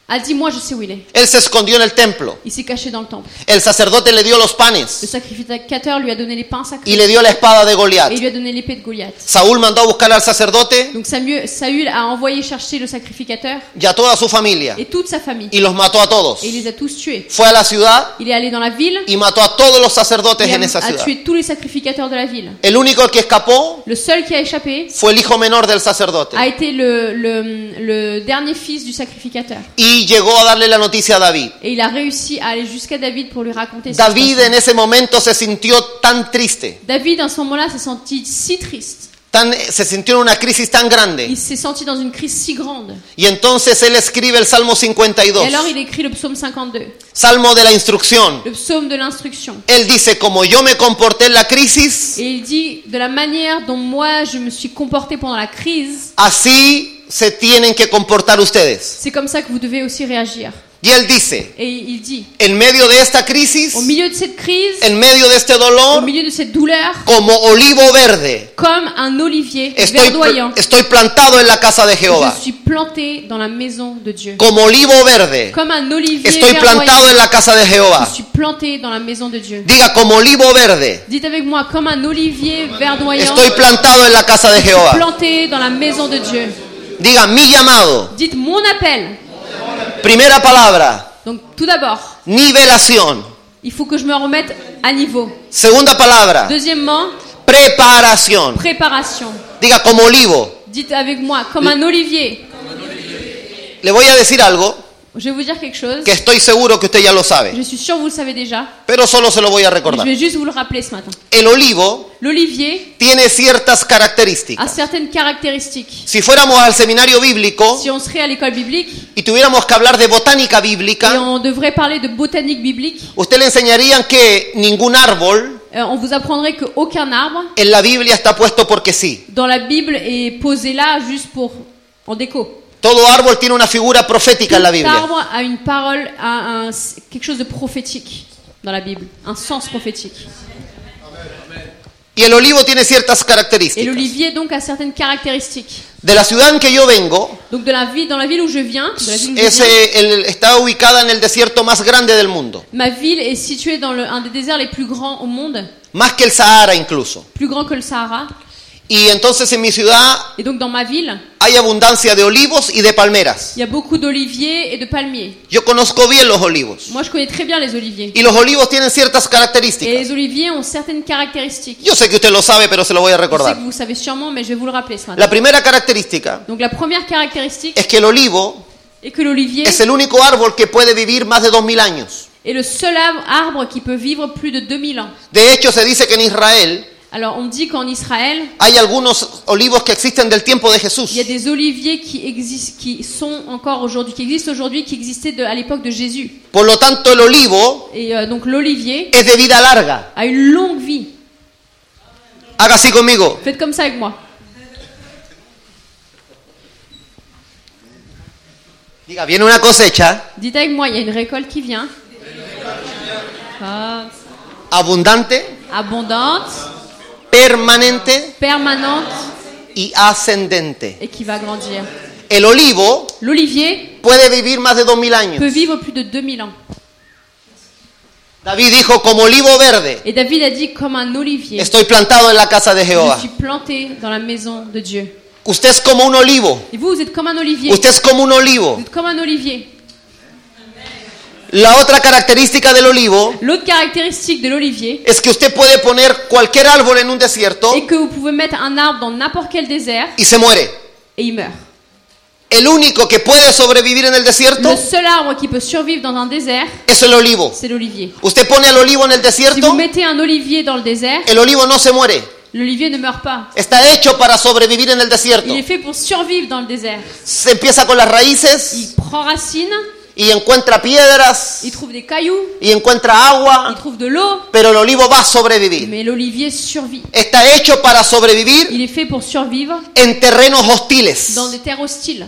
Speaker 3: a dit, moi je sais où il est.
Speaker 2: Él se escondió en el templo.
Speaker 3: Il s'est caché dans le temple.
Speaker 2: El sacerdote le dio los
Speaker 3: Le
Speaker 2: panes
Speaker 3: sacrificateur lui a donné les pains
Speaker 2: y
Speaker 3: sacrés
Speaker 2: le dio la espada de
Speaker 3: et il
Speaker 2: Goliat.
Speaker 3: lui a donné l'épée de Goliath.
Speaker 2: Saúl mandó a buscar al sacerdote
Speaker 3: Donc Samuel, Saül a envoyé chercher le sacrificateur
Speaker 2: y a toda su familia
Speaker 3: et toute sa famille
Speaker 2: y los mató a todos.
Speaker 3: et il les a tous tués.
Speaker 2: Fue a la ciudad
Speaker 3: Il est allé dans la ville
Speaker 2: y mató a todos los sacerdotes
Speaker 3: et a,
Speaker 2: en esa
Speaker 3: a
Speaker 2: ciudad.
Speaker 3: tué tous les sacrificateurs de la ville.
Speaker 2: El único que escapó
Speaker 3: Le seul qui a échappé
Speaker 2: fue el hijo menor del sacerdote.
Speaker 3: a été le, le, le dernier fils du sacrificateur.
Speaker 2: Y llegó a darle la noticia a David.
Speaker 3: Et il a réussi à aller jusqu'à David pour lui raconter ce qui se
Speaker 2: David
Speaker 3: passait.
Speaker 2: en ese momento se sintió tan triste,
Speaker 3: David, à ce moment-là, s'est senti si triste.
Speaker 2: tan, se sintió en una crisis tan grande.
Speaker 3: Il s'est senti dans une crise si grande.
Speaker 2: Y entonces él escribe el Salmo
Speaker 3: Et
Speaker 2: 52,
Speaker 3: alors il écrit le psaume 52,
Speaker 2: Salmo de la Instrucción.
Speaker 3: le psaume de l'instruction.
Speaker 2: Él dice, como yo me comporté en la crisis,
Speaker 3: Et il dit, de la manière dont moi je me suis comporté pendant la crise,
Speaker 2: así se tienen que comportar ustedes.
Speaker 3: c'est comme ça que vous devez aussi réagir.
Speaker 2: Y él dice,
Speaker 3: Et il dit,
Speaker 2: en medio de esta crisis,
Speaker 3: au milieu de cette crise,
Speaker 2: en medio de este
Speaker 3: au
Speaker 2: dolor,
Speaker 3: milieu de cette douleur,
Speaker 2: como olivo verde,
Speaker 3: comme un olivier
Speaker 2: estoy,
Speaker 3: verdoyant,
Speaker 2: estoy plantado en la casa de Jehová.
Speaker 3: je suis planté dans la maison de Dieu.
Speaker 2: Como olivo verde,
Speaker 3: Comme un olivier
Speaker 2: estoy plantado
Speaker 3: verdoyant,
Speaker 2: en la casa de
Speaker 3: je
Speaker 2: Jehová.
Speaker 3: suis planté dans la maison de Dieu.
Speaker 2: Diga, como olivo verde,
Speaker 3: Dites avec moi, comme un olivier verdoyant,
Speaker 2: estoy plantado en la casa de Jehová.
Speaker 3: planté dans la maison de Dieu.
Speaker 2: Diga, mi llamado,
Speaker 3: Dites mon appel.
Speaker 2: primera palabra,
Speaker 3: Donc tout d'abord,
Speaker 2: nivelación.
Speaker 3: il faut que je me remette à niveau.
Speaker 2: Segunda palabra,
Speaker 3: Deuxièmement,
Speaker 2: preparación.
Speaker 3: préparation.
Speaker 2: Diga, como olivo.
Speaker 3: Dites avec moi, comme un olivier.
Speaker 2: Le voy a decir algo
Speaker 3: Je vais vous dire quelque chose.
Speaker 2: que estoy seguro que usted ya lo
Speaker 3: Je
Speaker 2: sabe,
Speaker 3: suis sûr vous le savez déjà.
Speaker 2: pero solo se lo voy a
Speaker 3: mais Je
Speaker 2: recordar.
Speaker 3: vais juste vous le rappeler ce matin.
Speaker 2: El olivo
Speaker 3: L'olivier
Speaker 2: tiene ciertas características.
Speaker 3: a certaines caractéristiques.
Speaker 2: Si fuéramos al seminario bíblico
Speaker 3: Si on serait à l'école biblique
Speaker 2: y tuviéramos que hablar de botánica
Speaker 3: et
Speaker 2: bíblica,
Speaker 3: on devrait parler de botanique biblique,
Speaker 2: usted le enseñarían que ningún árbol
Speaker 3: euh, on vous apprendrait qu'aucun arbre
Speaker 2: en la Biblia está puesto porque sí.
Speaker 3: dans la Bible est posé là juste pour en déco.
Speaker 2: Todo árbol tiene una figura profética en la
Speaker 3: Tout
Speaker 2: Biblia.
Speaker 3: arbre a une parole, a un, quelque chose de prophétique dans la Bible, un sens prophétique.
Speaker 2: Y el olivo tiene ciertas
Speaker 3: Et
Speaker 2: características.
Speaker 3: l'olivier donc a certaines caractéristiques.
Speaker 2: De la ciudad en que yo vengo,
Speaker 3: Donc de la ville, dans la ville où je viens, de la ville où je
Speaker 2: es,
Speaker 3: viens,
Speaker 2: eh, el- está ubicada en el desierto más grande del mundo,
Speaker 3: ma ville est située dans le, un des déserts les plus grands au monde,
Speaker 2: más que el Sahara incluso.
Speaker 3: plus grand que le Sahara.
Speaker 2: Y entonces en mi ciudad
Speaker 3: Et donc dans ma ville,
Speaker 2: hay abundancia de olivos y de palmeras.
Speaker 3: il y a beaucoup d'oliviers et de palmiers.
Speaker 2: Yo conozco bien los olivos.
Speaker 3: Moi, je connais très bien les oliviers.
Speaker 2: Y los olivos tienen ciertas
Speaker 3: Et
Speaker 2: características.
Speaker 3: les oliviers ont certaines caractéristiques.
Speaker 2: Yo sé que usted lo sabe, pero se lo voy a
Speaker 3: Je sais
Speaker 2: recordar.
Speaker 3: que vous savez sûrement, mais je vais vous le rappeler ce matin.
Speaker 2: La primera característica
Speaker 3: Donc la première caractéristique
Speaker 2: es que el olivo
Speaker 3: est que l'olivier
Speaker 2: es el único árbol que puede vivir más de 2000 años.
Speaker 3: est le seul arbre- arbre qui peut vivre plus de 2000 ans.
Speaker 2: De hecho, se dice que en Israel
Speaker 3: Alors on dit qu'en Israël,
Speaker 2: hay algunos olivos que existen del tiempo de Jesús.
Speaker 3: il y a des oliviers qui existent, qui sont encore aujourd'hui, qui existent aujourd'hui, qui existaient de- à l'époque de Jésus.
Speaker 2: Por lo tanto, el olivo
Speaker 3: Et euh, donc l'olivier
Speaker 2: es de vida larga.
Speaker 3: a une longue vie.
Speaker 2: Haga así conmigo.
Speaker 3: Faites comme ça avec moi.
Speaker 2: Diga, viene una cosecha
Speaker 3: Dites avec moi, il y a une récolte qui vient. Ah,
Speaker 2: abundante,
Speaker 3: abondante,
Speaker 2: permanente
Speaker 3: permanente
Speaker 2: y ascendente.
Speaker 3: et qui va grandir.
Speaker 2: El olivo
Speaker 3: L'olivier
Speaker 2: puede vivir más de 2000
Speaker 3: peut
Speaker 2: años.
Speaker 3: vivre plus de 2000 ans.
Speaker 2: David dijo, como olivo verde,
Speaker 3: Et David a dit comme un olivier,
Speaker 2: estoy plantado en la casa de
Speaker 3: je
Speaker 2: Jehová.
Speaker 3: suis planté dans la maison de Dieu.
Speaker 2: Usted es como un olivo,
Speaker 3: Et vous, vous êtes comme un olivier.
Speaker 2: usted es como un olivo.
Speaker 3: Vous êtes comme un olivier.
Speaker 2: La otra característica del olivo
Speaker 3: L'autre caractéristique de l'olivier
Speaker 2: es que usted puede poner cualquier árbol en un desierto
Speaker 3: est que vous pouvez mettre un arbre dans n'importe quel désert
Speaker 2: y se muere.
Speaker 3: et il meurt.
Speaker 2: El único que puede sobrevivir en el desierto
Speaker 3: Le seul arbre qui peut survivre dans un désert,
Speaker 2: es el olivo.
Speaker 3: c'est l'olivier.
Speaker 2: Usted pone al olivo en el
Speaker 3: Si vous
Speaker 2: desierto,
Speaker 3: mettez un olivier dans le désert,
Speaker 2: el olivo no se muere.
Speaker 3: l'olivier ne meurt pas.
Speaker 2: Está hecho para sobrevivir en el desierto.
Speaker 3: Il est fait pour survivre dans le désert.
Speaker 2: Se empieza con las raíces
Speaker 3: Il prend racine,
Speaker 2: y encuentra piedras
Speaker 3: il trouve des cailloux,
Speaker 2: y encuentra
Speaker 3: il
Speaker 2: agua,
Speaker 3: trouve de l'eau,
Speaker 2: pero el olivo va a sobrevivir.
Speaker 3: mais l'olivier survit.
Speaker 2: está hecho para sobrevivir
Speaker 3: Il est fait pour survivre
Speaker 2: en terrenos hostiles.
Speaker 3: dans des terres hostiles.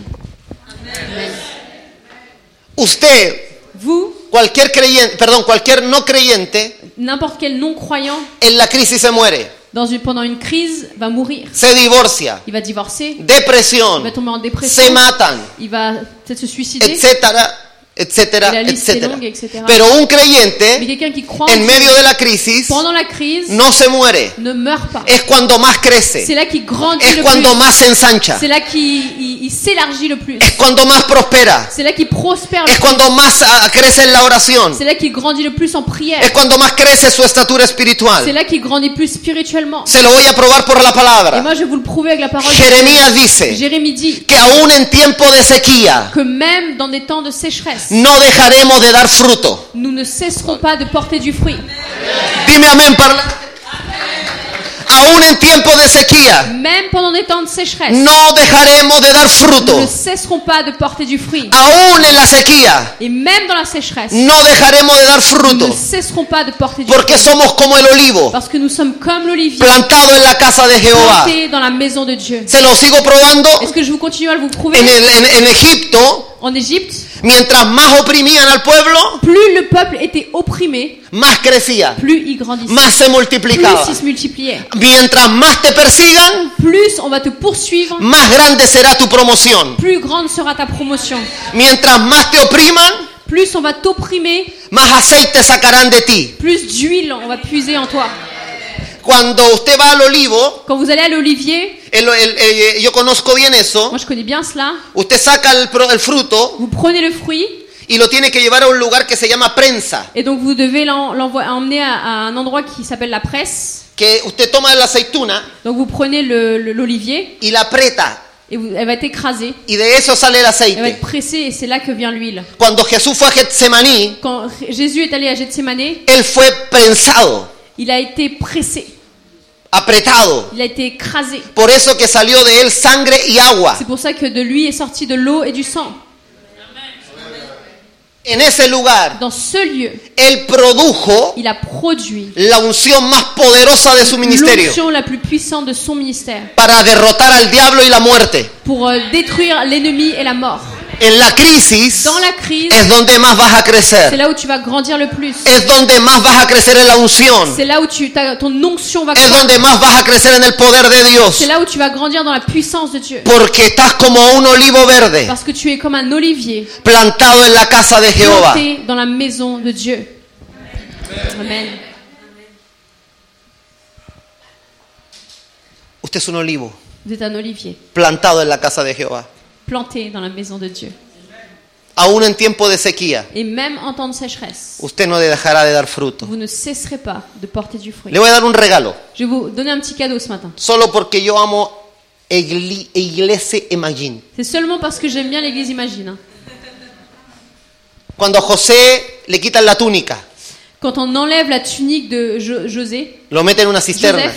Speaker 2: Usted,
Speaker 3: Vous,
Speaker 2: cualquier creyente, perdón, cualquier no creyente,
Speaker 3: n'importe quel non-croyant,
Speaker 2: en la crisis se muere,
Speaker 3: dans une- pendant une crise, va mourir.
Speaker 2: se divorcia,
Speaker 3: Il va divorcer,
Speaker 2: depresión,
Speaker 3: il va tomber en
Speaker 2: se
Speaker 3: dépression,
Speaker 2: matan,
Speaker 3: il va peut-être se suicider.
Speaker 2: etcétera, etcétera,
Speaker 3: La lista es
Speaker 2: etcétera.
Speaker 3: longa, etcétera.
Speaker 2: Pero un
Speaker 3: Mais
Speaker 2: creyente
Speaker 3: quelqu'un qui croit en
Speaker 2: en
Speaker 3: Dieu
Speaker 2: medio de la crisis
Speaker 3: pendant la crise
Speaker 2: no se muere,
Speaker 3: ne meurt pas.
Speaker 2: es cuando más
Speaker 3: C'est
Speaker 2: crece,
Speaker 3: là qu'il grandit
Speaker 2: es
Speaker 3: le
Speaker 2: cuando
Speaker 3: plus.
Speaker 2: más se ensancha,
Speaker 3: C'est là qu'il il- il s'élargit le plus.
Speaker 2: es cuando más prospera,
Speaker 3: C'est là qu'il prospère le
Speaker 2: es
Speaker 3: plus.
Speaker 2: cuando más ah, crece en la oración,
Speaker 3: C'est là qu'il grandit le plus en prière.
Speaker 2: es cuando más crece su estatura
Speaker 3: C'est
Speaker 2: espiritual.
Speaker 3: là qu'il grandit plus spirituellement.
Speaker 2: Se lo voy a probar por la
Speaker 3: Et
Speaker 2: palabra.
Speaker 3: moi, je vais vous le prouver avec la parole. de
Speaker 2: Jeremías
Speaker 3: Dieu.
Speaker 2: dice
Speaker 3: Jérémie dit
Speaker 2: que aún en tiempo de sequía
Speaker 3: que même dans des temps de sécheresse,
Speaker 2: no dejaremos de dar fruto.
Speaker 3: nous ne cesserons pas de porter du fruit.
Speaker 2: Dime amén. parla- Aún en tiempo de sequía
Speaker 3: Même pendant des temps de sécheresse,
Speaker 2: no dejaremos de dar
Speaker 3: nous ne
Speaker 2: fruto.
Speaker 3: cesserons pas de porter du fruit.
Speaker 2: Aún en la sequía
Speaker 3: Et même dans la sécheresse,
Speaker 2: no dejaremos de dar
Speaker 3: nous ne
Speaker 2: fruto
Speaker 3: cesserons pas de porter du fruit.
Speaker 2: porque somos como el olivo
Speaker 3: Parce que nous sommes comme l'olivier,
Speaker 2: plantado en la casa de Jehová.
Speaker 3: plantés dans la maison de Dieu.
Speaker 2: Se lo sigo probando.
Speaker 3: Est-ce que je vous continue à le vous
Speaker 2: En,
Speaker 3: prouver
Speaker 2: el- en- en Egipto
Speaker 3: En Égypte,
Speaker 2: Mientras más oprimían al pueblo,
Speaker 3: Plus le peuple était opprimé,
Speaker 2: más crecía,
Speaker 3: plus il grandissait.
Speaker 2: más se
Speaker 3: plus
Speaker 2: multiplicaba.
Speaker 3: il se multipliait.
Speaker 2: Mientras más te persigan,
Speaker 3: Plus on va te poursuivre,
Speaker 2: más grande será tu promoción.
Speaker 3: plus grande sera ta promotion.
Speaker 2: Mientras más te opriman,
Speaker 3: Plus on va t'opprimer,
Speaker 2: más aceite sacarán de ti.
Speaker 3: plus d'huile on va puiser en toi.
Speaker 2: Cuando usted va al olivo,
Speaker 3: Quand vous allez à l'olivier,
Speaker 2: el- el- eh, yo conozco bien eso,
Speaker 3: moi je connais bien cela,
Speaker 2: usted saca el, pro- el fruto
Speaker 3: vous prenez le fruit
Speaker 2: y lo tiene que llevar a un lugar que se llama prensa,
Speaker 3: et donc vous devez l'en- l'envoi- l'emmener à, à un endroit qui s'appelle la presse.
Speaker 2: que usted toma la aceituna
Speaker 3: Donc vous prenez le- le- l'olivier
Speaker 2: y la aprieta
Speaker 3: et vous- elle va être écrasée,
Speaker 2: y de eso sale el
Speaker 3: elle va être
Speaker 2: aceite.
Speaker 3: pressée et c'est là que vient l'huile.
Speaker 2: Cuando Jesús fue a Getsemaní,
Speaker 3: Quand Jésus est allé à Gethsemane,
Speaker 2: él fue prensado,
Speaker 3: il a été pressé,
Speaker 2: apretado.
Speaker 3: il a été écrasé.
Speaker 2: Por eso que salió de él sangre y agua.
Speaker 3: C'est pour ça que de lui est sorti de l'eau et du sang.
Speaker 2: En ese lugar,
Speaker 3: Dans ce lieu,
Speaker 2: él produjo
Speaker 3: il a produit
Speaker 2: la unción más poderosa de su ministerio
Speaker 3: l'onction la plus puissante de son ministère
Speaker 2: para derrotar al diablo y la muerte.
Speaker 3: pour euh, détruire l'ennemi et la mort.
Speaker 2: En la crisis
Speaker 3: Dans la crise,
Speaker 2: es donde más vas a
Speaker 3: c'est
Speaker 2: crecer.
Speaker 3: là où tu vas grandir le plus.
Speaker 2: Es donde más vas a crecer en la unción.
Speaker 3: C'est là où tu, ta- ton onction va
Speaker 2: Es
Speaker 3: grandir.
Speaker 2: donde más vas a crecer en el poder de Dios.
Speaker 3: C'est là où tu vas grandir dans la puissance de Dieu.
Speaker 2: Porque estás como un olivo verde
Speaker 3: Parce que tu es comme un olivier
Speaker 2: plantado en la casa de Jehová.
Speaker 3: planté dans la maison de Dieu. Amen.
Speaker 2: Usted es un olivo
Speaker 3: Vous êtes un olivier
Speaker 2: plantado en la casa de Jehová.
Speaker 3: planté dans la maison de Dieu.
Speaker 2: Aún en tiempo de sequía,
Speaker 3: Et même en temps de sécheresse,
Speaker 2: usted no dejará de dar fruto.
Speaker 3: vous ne cesserez pas de porter du fruit.
Speaker 2: Le voy a dar un regalo,
Speaker 3: Je vais vous donner un petit cadeau ce matin.
Speaker 2: solo porque yo amo Igli- Iglesia Imagine.
Speaker 3: C'est seulement parce que j'aime bien l'église Imagine. hein.
Speaker 2: Cuando a José le quitan la túnica,
Speaker 3: Quand on enlève la tunique de Jo- José,
Speaker 2: lo meten en una cisterna.
Speaker 3: Joseph,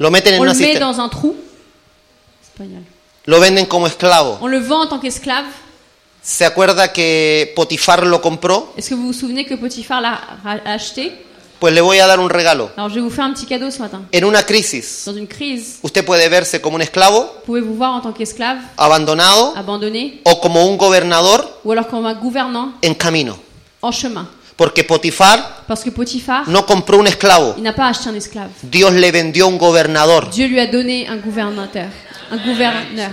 Speaker 2: Lo meten en
Speaker 3: on le
Speaker 2: una
Speaker 3: met
Speaker 2: cisterna.
Speaker 3: dans un trou. Espagnol.
Speaker 2: Lo venden como esclavo.
Speaker 3: On le vend en tant qu'esclave.
Speaker 2: ¿Se acuerda que Potifar lo compró?
Speaker 3: Est-ce que vous vous souvenez que Potiphar l'a ra- acheté
Speaker 2: Pues le voy a dar un regalo.
Speaker 3: Alors je vais vous faire un petit cadeau ce matin.
Speaker 2: En una crisis,
Speaker 3: Dans une crise,
Speaker 2: usted puede verse como un esclavo,
Speaker 3: vous pouvez vous voir en tant qu'esclave,
Speaker 2: abandonado,
Speaker 3: abandonné,
Speaker 2: o como un gobernador
Speaker 3: ou alors comme un gouvernant
Speaker 2: en camino.
Speaker 3: en chemin.
Speaker 2: Porque Potifar
Speaker 3: Parce que Potiphar,
Speaker 2: no compró un esclavo.
Speaker 3: il n'a pas acheté un esclave.
Speaker 2: Dios le vendió un gobernador.
Speaker 3: Dieu lui a donné un gouvernateur, un gouverneur.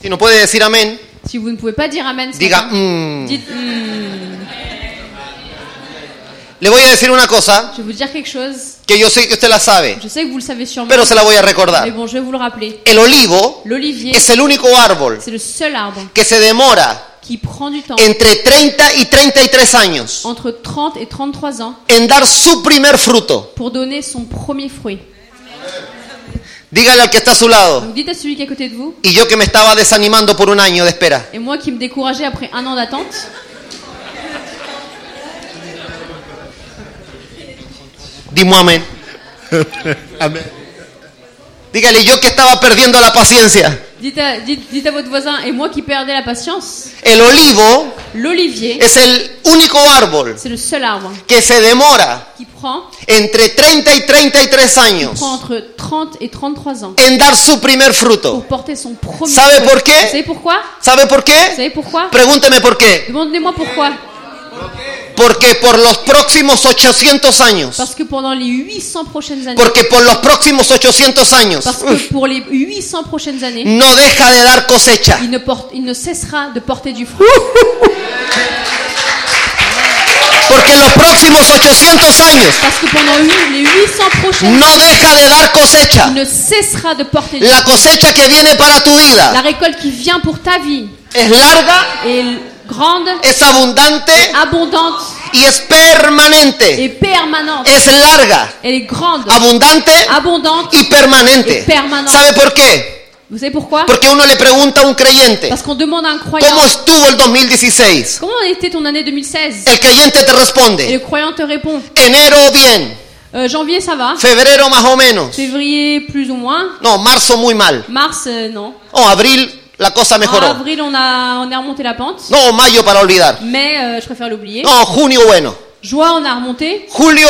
Speaker 2: Si no puede decir amén,
Speaker 3: Si vous ne pouvez pas dire Amen, ce
Speaker 2: diga,
Speaker 3: matin,
Speaker 2: "Mm".
Speaker 3: dites Hmm.
Speaker 2: le voy a decir una cosa
Speaker 3: Je vais vous dire quelque chose.
Speaker 2: que yo sé que usted la sabe,
Speaker 3: Je sais que vous le savez sûrement.
Speaker 2: pero se la voy a
Speaker 3: Mais
Speaker 2: recordar.
Speaker 3: bon, je vais vous le rappeler.
Speaker 2: El olivo
Speaker 3: L'olivier,
Speaker 2: es el único árbol
Speaker 3: c'est le seul arbre
Speaker 2: que se demora
Speaker 3: qui prend du temps,
Speaker 2: entre 30 y 33 años
Speaker 3: entre 30 et 33 ans,
Speaker 2: en dar su primer fruto.
Speaker 3: pour donner son premier fruit.
Speaker 2: Dígale al que está a su lado.
Speaker 3: Donc dites à celui qui est à côté de vous,
Speaker 2: Y yo que me estaba desanimando por un año de espera.
Speaker 3: et moi qui me décourageais après un an d'attente,
Speaker 2: Dimo amén.
Speaker 4: Amen.
Speaker 2: Dígale yo que estaba perdiendo la paciencia.
Speaker 3: dites à, dites- dites à votre voisin, et moi qui perdais la patience,
Speaker 2: El olivo
Speaker 3: l'olivier,
Speaker 2: es el único árbol
Speaker 3: c'est le seul arbre
Speaker 2: que se demora
Speaker 3: qui prend,
Speaker 2: entre 30 y 33 años
Speaker 3: prend entre 30 et 33 ans
Speaker 2: en dar su primer
Speaker 3: pour
Speaker 2: fruto.
Speaker 3: porter son premier
Speaker 2: Savez
Speaker 3: fruit.
Speaker 2: por qué
Speaker 3: Vous savez pourquoi
Speaker 2: ¿Sabe por
Speaker 3: Vous
Speaker 2: qué?
Speaker 3: savez pourquoi
Speaker 2: Pregúnteme por qué.
Speaker 3: Demandez-moi pourquoi.
Speaker 2: Porque por los próximos 800 años,
Speaker 3: Parce que pendant les 800 prochaines années,
Speaker 2: porque por los próximos 800 años,
Speaker 3: Parce que pour les 800 prochaines années,
Speaker 2: no deja de dar cosecha.
Speaker 3: il ne, porte, il ne cessera de porter du fruit.
Speaker 2: Porque en los próximos 800 años,
Speaker 3: Parce que pendant huit- les 800 prochaines
Speaker 2: no deja de dar cosecha.
Speaker 3: il ne cessera de porter du fruit.
Speaker 2: La cosecha que viene para tu
Speaker 3: La
Speaker 2: vida
Speaker 3: récolte qui vient pour ta vie
Speaker 2: es larga,
Speaker 3: est l- grande,
Speaker 2: es abundante
Speaker 3: abondante
Speaker 2: y es permanente.
Speaker 3: et permanente.
Speaker 2: Es larga,
Speaker 3: Elle est grande,
Speaker 2: abundante
Speaker 3: abondante.
Speaker 2: y permanente.
Speaker 3: Y permanente.
Speaker 2: ¿Sabe por qué?
Speaker 3: Vous savez pourquoi
Speaker 2: Porque uno le pregunta a un creyente,
Speaker 3: Parce qu'on demande à un croyant
Speaker 2: ¿cómo estuvo el 2016?
Speaker 3: Comment était ton année 2016
Speaker 2: El creyente te
Speaker 3: Et le
Speaker 2: responde,
Speaker 3: croyant te répond
Speaker 2: enero bien,
Speaker 3: Euh, Janvier, ça va.
Speaker 2: febrero más o menos,
Speaker 3: Février, plus ou moins.
Speaker 2: no, marzo muy mal,
Speaker 3: Mars, euh, non.
Speaker 2: o abril la cosa
Speaker 3: En
Speaker 2: mejoró,
Speaker 3: avril, on a, on a remonté la pente.
Speaker 2: no, mayo para olvidar,
Speaker 3: Mais euh, je préfère l'oublier.
Speaker 2: no, junio bueno,
Speaker 3: Juin, on a remonté.
Speaker 2: Julio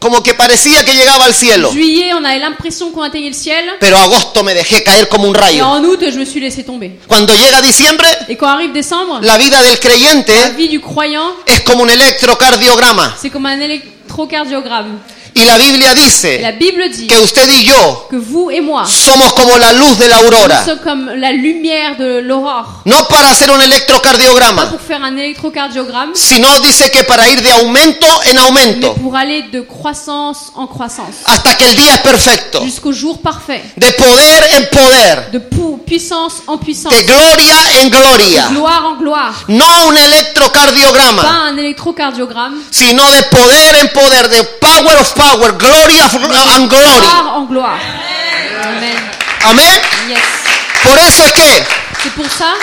Speaker 2: como que parecía que llegaba al cielo,
Speaker 3: Juillet, on avait l'impression qu'on atteignait le ciel.
Speaker 2: pero agosto me dejé caer como un
Speaker 3: Et
Speaker 2: rayo.
Speaker 3: en août, je me suis laissé tomber.
Speaker 2: Cuando llega diciembre,
Speaker 3: Et quand arrive décembre,
Speaker 2: la vida del
Speaker 3: la
Speaker 2: creyente
Speaker 3: vie du croyant,
Speaker 2: es como un electrocardiograma.
Speaker 3: c'est comme un électrocardiogramme.
Speaker 2: Y la Biblia
Speaker 3: Et
Speaker 2: dice
Speaker 3: la Bible dit
Speaker 2: que usted y yo
Speaker 3: que vous et moi,
Speaker 2: somos como la luz de la
Speaker 3: nous
Speaker 2: aurora.
Speaker 3: sommes comme la lumière de l'aurore.
Speaker 2: No para hacer un
Speaker 3: Pas
Speaker 2: electrocardiograma,
Speaker 3: pour faire un électrocardiogramme,
Speaker 2: sino dice que para ir de aumento en
Speaker 3: mais
Speaker 2: aumento,
Speaker 3: pour aller de croissance en croissance.
Speaker 2: hasta que el día es perfecto,
Speaker 3: Jusqu'au jour parfait.
Speaker 2: de poder en poder,
Speaker 3: De pou- puissance en puissance.
Speaker 2: de gloria en gloria.
Speaker 3: Gloire en gloire.
Speaker 2: No un
Speaker 3: Pas
Speaker 2: electrocardiograma,
Speaker 3: un électrocardiogramme.
Speaker 2: sino de poder en poder, de power of power, gloria of- and glory.
Speaker 3: Gloire en gloire. Amen.
Speaker 2: Amén.
Speaker 3: Yes.
Speaker 2: Por eso es que
Speaker 3: C'est pour ça.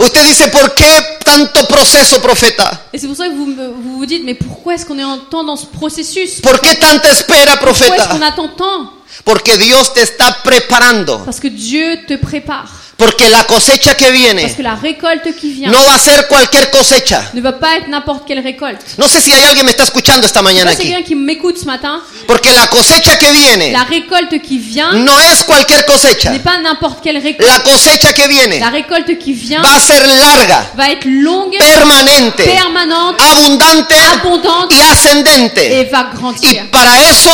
Speaker 2: usted dice, ¿por qué tanto proceso, profeta?
Speaker 3: Et c'est pour ça que vous me- vous, vous dites, mais pourquoi est-ce qu'on est en temps dans ce processus
Speaker 2: ¿Por qué tanta espera,
Speaker 3: Pourquoi est-ce qu'on
Speaker 2: profeta?
Speaker 3: attend tant
Speaker 2: Porque Dios te está preparando.
Speaker 3: Parce que Dieu te prépare.
Speaker 2: Porque la cosecha que
Speaker 3: Parce
Speaker 2: viene
Speaker 3: que la récolte qui vient
Speaker 2: no va a ser cualquier cosecha.
Speaker 3: ne va pas être n'importe quelle récolte.
Speaker 2: No sé si hay alguien que me está escuchando esta
Speaker 3: Je sais
Speaker 2: mañana
Speaker 3: pas s'il y a
Speaker 2: aquí.
Speaker 3: quelqu'un qui Eh. m'écoute ce matin.
Speaker 2: Porque la cosecha que
Speaker 3: La
Speaker 2: viene
Speaker 3: récolte qui vient
Speaker 2: no es cualquier cosecha.
Speaker 3: n'est pas n'importe quelle récolte.
Speaker 2: La cosecha que
Speaker 3: La
Speaker 2: viene
Speaker 3: récolte qui vient
Speaker 2: va a ser larga,
Speaker 3: va être longue,
Speaker 2: permanente,
Speaker 3: permanente
Speaker 2: abundante
Speaker 3: Eh. abondante
Speaker 2: y
Speaker 3: et
Speaker 2: ascendente.
Speaker 3: va
Speaker 2: Y
Speaker 3: grandir.
Speaker 2: para eso,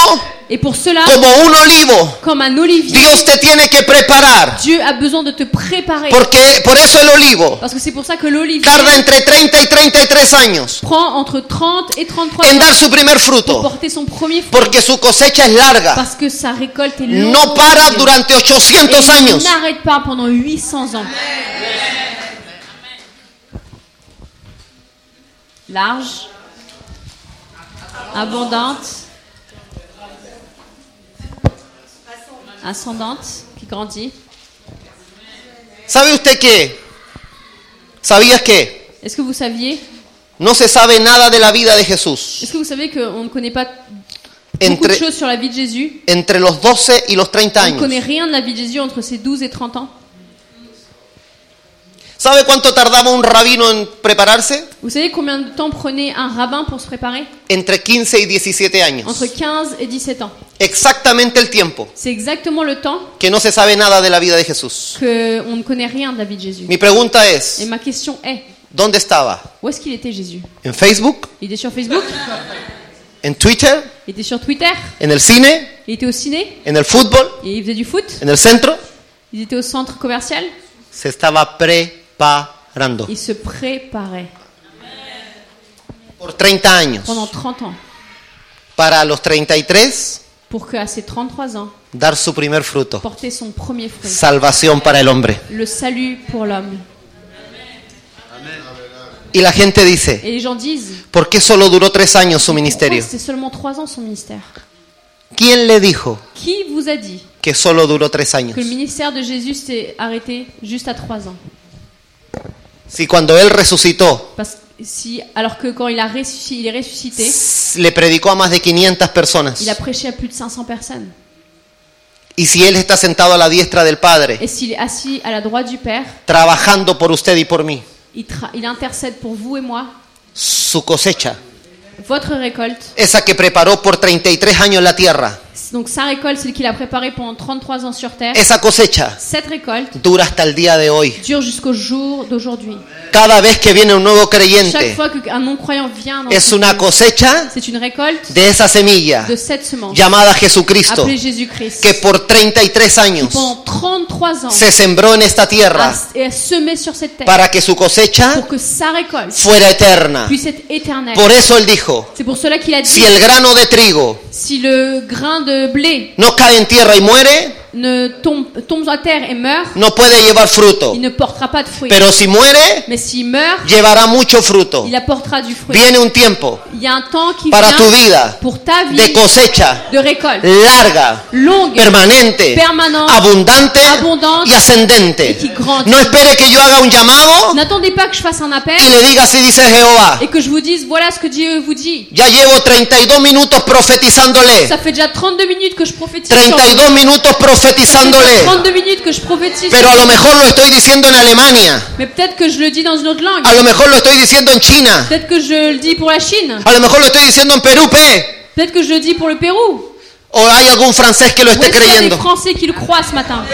Speaker 3: Et pour cela,
Speaker 2: como un olivo,
Speaker 3: comme un olivier,
Speaker 2: Dios te tiene que preparar.
Speaker 3: Dieu a besoin de te préparer.
Speaker 2: Porque por eso el olivo
Speaker 3: Parce que c'est pour ça que l'olivier
Speaker 2: tarda entre 30 y 33 años
Speaker 3: prend entre 30 et 33
Speaker 2: en dar
Speaker 3: ans
Speaker 2: su primer
Speaker 3: pour
Speaker 2: fruto.
Speaker 3: porter son premier fruit.
Speaker 2: Porque su cosecha es larga.
Speaker 3: Parce que sa récolte est longue.
Speaker 2: No para durante
Speaker 3: Et
Speaker 2: 800
Speaker 3: il
Speaker 2: años.
Speaker 3: n'arrête pas pendant 800 ans. Large, abondante, ascendante, qui grandit.
Speaker 2: ¿Sabe usted qué? ¿Sabías qué?
Speaker 3: Est-ce que vous saviez
Speaker 2: No se sabe nada de la vida de Jesús.
Speaker 3: Est-ce que vous savez qu'on ne connaît pas beaucoup de
Speaker 2: Entre,
Speaker 3: choses sur la vie de Jésus
Speaker 2: entre los 12 y los 30
Speaker 3: On ne connaît
Speaker 2: años.
Speaker 3: rien de la vie de Jésus entre ses 12 et 30 ans.
Speaker 2: ¿Sabe cuánto tardaba un rabino en prepararse?
Speaker 3: Vous savez combien de temps prenait un rabbin pour se préparer
Speaker 2: Entre 15 y 17 años.
Speaker 3: Entre 15 et 17 ans.
Speaker 2: Exactamente el tiempo
Speaker 3: C'est exactement le temps
Speaker 2: que no se sabe nada de la vida de Jesús.
Speaker 3: que on ne connaît rien de la vie de Jésus.
Speaker 2: Mi pregunta
Speaker 3: Et
Speaker 2: es,
Speaker 3: ma question est,
Speaker 2: ¿dónde estaba?
Speaker 3: où est-ce qu'il était Jésus
Speaker 2: ¿En Facebook?
Speaker 3: Il était sur Facebook
Speaker 2: ¿En Twitter?
Speaker 3: Il était sur Twitter
Speaker 2: ¿En el cine?
Speaker 3: Il était au ciné
Speaker 2: ¿En el fútbol?
Speaker 3: Et il faisait du foot
Speaker 2: ¿En el centro?
Speaker 3: Il était au centre commercial
Speaker 2: Se estaba preparando
Speaker 3: Il se préparait
Speaker 2: por 30 años.
Speaker 3: pendant 30 ans
Speaker 2: Para los 33,
Speaker 3: pour qu'à ses 33 ans,
Speaker 2: dar su primer fruto.
Speaker 3: porter son premier fruit.
Speaker 2: Salvación para el hombre.
Speaker 3: Le salut pour l'homme.
Speaker 2: Y la gente dice,
Speaker 3: Et les gens disent,
Speaker 2: ¿por qué solo duró tres años su
Speaker 3: pourquoi
Speaker 2: ministerio?
Speaker 3: c'est seulement 3 ans son ministère
Speaker 2: ¿Quién le dijo
Speaker 3: Qui vous a dit
Speaker 2: que solo duró tres años?
Speaker 3: que le ministère de Jésus s'est arrêté juste à 3 ans
Speaker 2: Si cuando él resucitó,
Speaker 3: Parce si, alors que quand il, a ressuscité, il est ressuscité,
Speaker 2: le predicó a más de 500 personas.
Speaker 3: il a prêché à plus de 500 personnes.
Speaker 2: Y si él está sentado a la diestra del
Speaker 3: Et
Speaker 2: Padre,
Speaker 3: s'il est assis à la droite du Père,
Speaker 2: trabajando por usted y por mí,
Speaker 3: il, tra- il intercède pour vous et moi,
Speaker 2: su cosecha,
Speaker 3: votre récolte.
Speaker 2: esa que preparó por 33 años la tierra,
Speaker 3: Donc sa récolte, celle qu'il a préparée pendant 33 ans sur Terre,
Speaker 2: esa cosecha
Speaker 3: cette récolte
Speaker 2: dura hasta el día de hoy.
Speaker 3: dure jusqu'au jour d'aujourd'hui.
Speaker 2: Cada vez que viene un nuevo
Speaker 3: Chaque
Speaker 2: creyente,
Speaker 3: fois qu'un non-croyant vient, dans
Speaker 2: es
Speaker 3: ce
Speaker 2: una
Speaker 3: lieu,
Speaker 2: cosecha
Speaker 3: c'est une récolte
Speaker 2: de esa semilla
Speaker 3: de cette semence
Speaker 2: llamada Jesucristo,
Speaker 3: appelée Jésus-Christ,
Speaker 2: que por 33 años
Speaker 3: pendant 33 ans
Speaker 2: se sembró en esta
Speaker 3: a,
Speaker 2: tierra
Speaker 3: et a semé sur cette terre
Speaker 2: para que su cosecha
Speaker 3: pour que sa récolte
Speaker 2: fuera eterna.
Speaker 3: puisse être éternelle.
Speaker 2: Por eso él dijo,
Speaker 3: C'est pour cela qu'il a dit,
Speaker 2: si el grano de trigo
Speaker 3: si le grain de blé
Speaker 2: no cae en tierra y muere,
Speaker 3: ne tombe, tombe à terre et meurt,
Speaker 2: no puede llevar fruto,
Speaker 3: il ne portera pas de fruits.
Speaker 2: pero si muere,
Speaker 3: Mais s'il meurt,
Speaker 2: llevará mucho fruto.
Speaker 3: il apportera du fruit.
Speaker 2: Viene un tiempo
Speaker 3: Il y a un temps qui
Speaker 2: para
Speaker 3: vient
Speaker 2: tu vida
Speaker 3: pour ta vie
Speaker 2: de cosecha
Speaker 3: de récolte
Speaker 2: larga,
Speaker 3: longue
Speaker 2: permanente,
Speaker 3: Permanente,
Speaker 2: abundante
Speaker 3: abundante
Speaker 2: y ascendente.
Speaker 3: y que grande.
Speaker 2: No espere que yo haga un llamado
Speaker 3: N'attendez pas que je fasse un appel
Speaker 2: y le diga así dice Jehová.
Speaker 3: et que je vous dise voilà ce que Dieu vous dit.
Speaker 2: Ya llevo 32 minutos profetizándole.
Speaker 3: Ça fait déjà 32 minutes que je prophétise. sur vous.
Speaker 2: 32 minutos
Speaker 3: Ça fait
Speaker 2: profetizándole,
Speaker 3: 32 minutes que je prophétise.
Speaker 2: pero a lo mejor lo estoy diciendo en Alemania,
Speaker 3: Mais peut-être que je le dis dans une autre langue.
Speaker 2: a lo mejor lo estoy diciendo en China,
Speaker 3: Peut-être que je le dis pour la Chine.
Speaker 2: a lo mejor lo estoy diciendo en Perú, pe,
Speaker 3: Peut-être que je le dis pour le Pérou.
Speaker 2: o hay algún francés que lo
Speaker 3: Ou est-ce
Speaker 2: esté
Speaker 3: qu'il y a des
Speaker 2: creyendo.
Speaker 3: Français qui le croient ce matin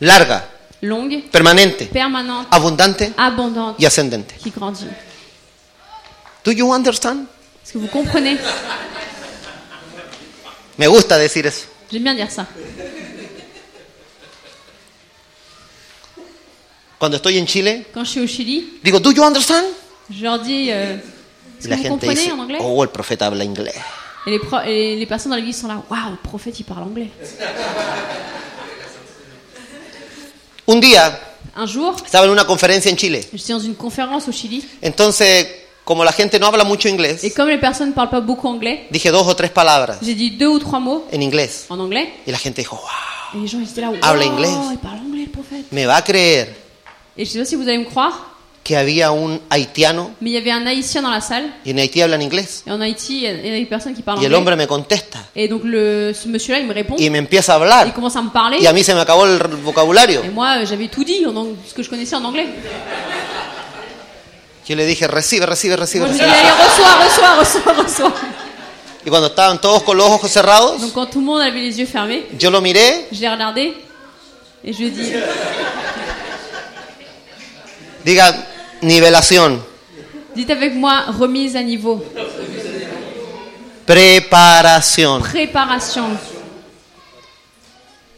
Speaker 2: Larga,
Speaker 3: Longue,
Speaker 2: permanente,
Speaker 3: permanente,
Speaker 2: abundante
Speaker 3: abondante,
Speaker 2: y ascendente.
Speaker 3: qui grandit.
Speaker 2: Do you understand?
Speaker 3: Est-ce que vous comprenez
Speaker 2: Me gusta decir eso.
Speaker 3: J'aime bien dire ça.
Speaker 2: Cuando estoy en Chile,
Speaker 3: Quand je suis au Chili,
Speaker 2: digo, "Do you understand?"
Speaker 3: je leur dis euh,
Speaker 2: Y
Speaker 3: Est-ce que
Speaker 2: la
Speaker 3: vous
Speaker 2: gente
Speaker 3: comprenez
Speaker 2: dice,
Speaker 3: en anglais
Speaker 2: "Oh, el profeta habla inglés."
Speaker 3: et les, pro- et les- les personnes dans l'église sont là Waouh, le prophète, il parle anglais.
Speaker 2: Un día
Speaker 3: Un jour,
Speaker 2: estaba en una conferencia en Chile.
Speaker 3: j'étais dans une conférence au Chili
Speaker 2: Entonces, como la gente no habla mucho inglés,
Speaker 3: et comme les personnes ne parlent pas beaucoup anglais,
Speaker 2: dije dos o tres palabras
Speaker 3: j'ai dit deux ou trois mots
Speaker 2: en inglés.
Speaker 3: en anglais
Speaker 2: Y la gente dijo, wow,
Speaker 3: et les gens ils étaient là Waouh,
Speaker 2: Habla inglais.
Speaker 3: il parle anglais le prophète.
Speaker 2: me va a creer
Speaker 3: Et je sais pas si vous allez me croire,
Speaker 2: que había un haitiano
Speaker 3: mais il y avait un haïtien dans la salle
Speaker 2: y en Haití hablan inglés.
Speaker 3: et en Haïti, il y a il y a des personnes qui parlent
Speaker 2: Y el
Speaker 3: anglais.
Speaker 2: hombre me contesta
Speaker 3: Et donc le, ce monsieur-là, il me répond,
Speaker 2: y me empieza a
Speaker 3: il
Speaker 2: hablar.
Speaker 3: commence à me parler.
Speaker 2: Y a mí se me acabó el vocabulario.
Speaker 3: Et moi, euh, j'avais tout dit, en ang- ce que je connaissais en anglais.
Speaker 2: Yo le dije, recibe, recibe, recibe.
Speaker 3: Moi, je me dis,
Speaker 2: recibe".
Speaker 3: allez, reçois, reçois, reçois, reçois.
Speaker 2: Y cuando estaban todos con los ojos
Speaker 3: Donc
Speaker 2: cerrados,
Speaker 3: quand tout le monde avait les yeux fermés,
Speaker 2: yo lo miré,
Speaker 3: je l'ai regardé et je lui ai dit,
Speaker 2: diga, nivelación,
Speaker 3: dites avec moi, remise à niveau,
Speaker 2: preparación.
Speaker 3: préparation.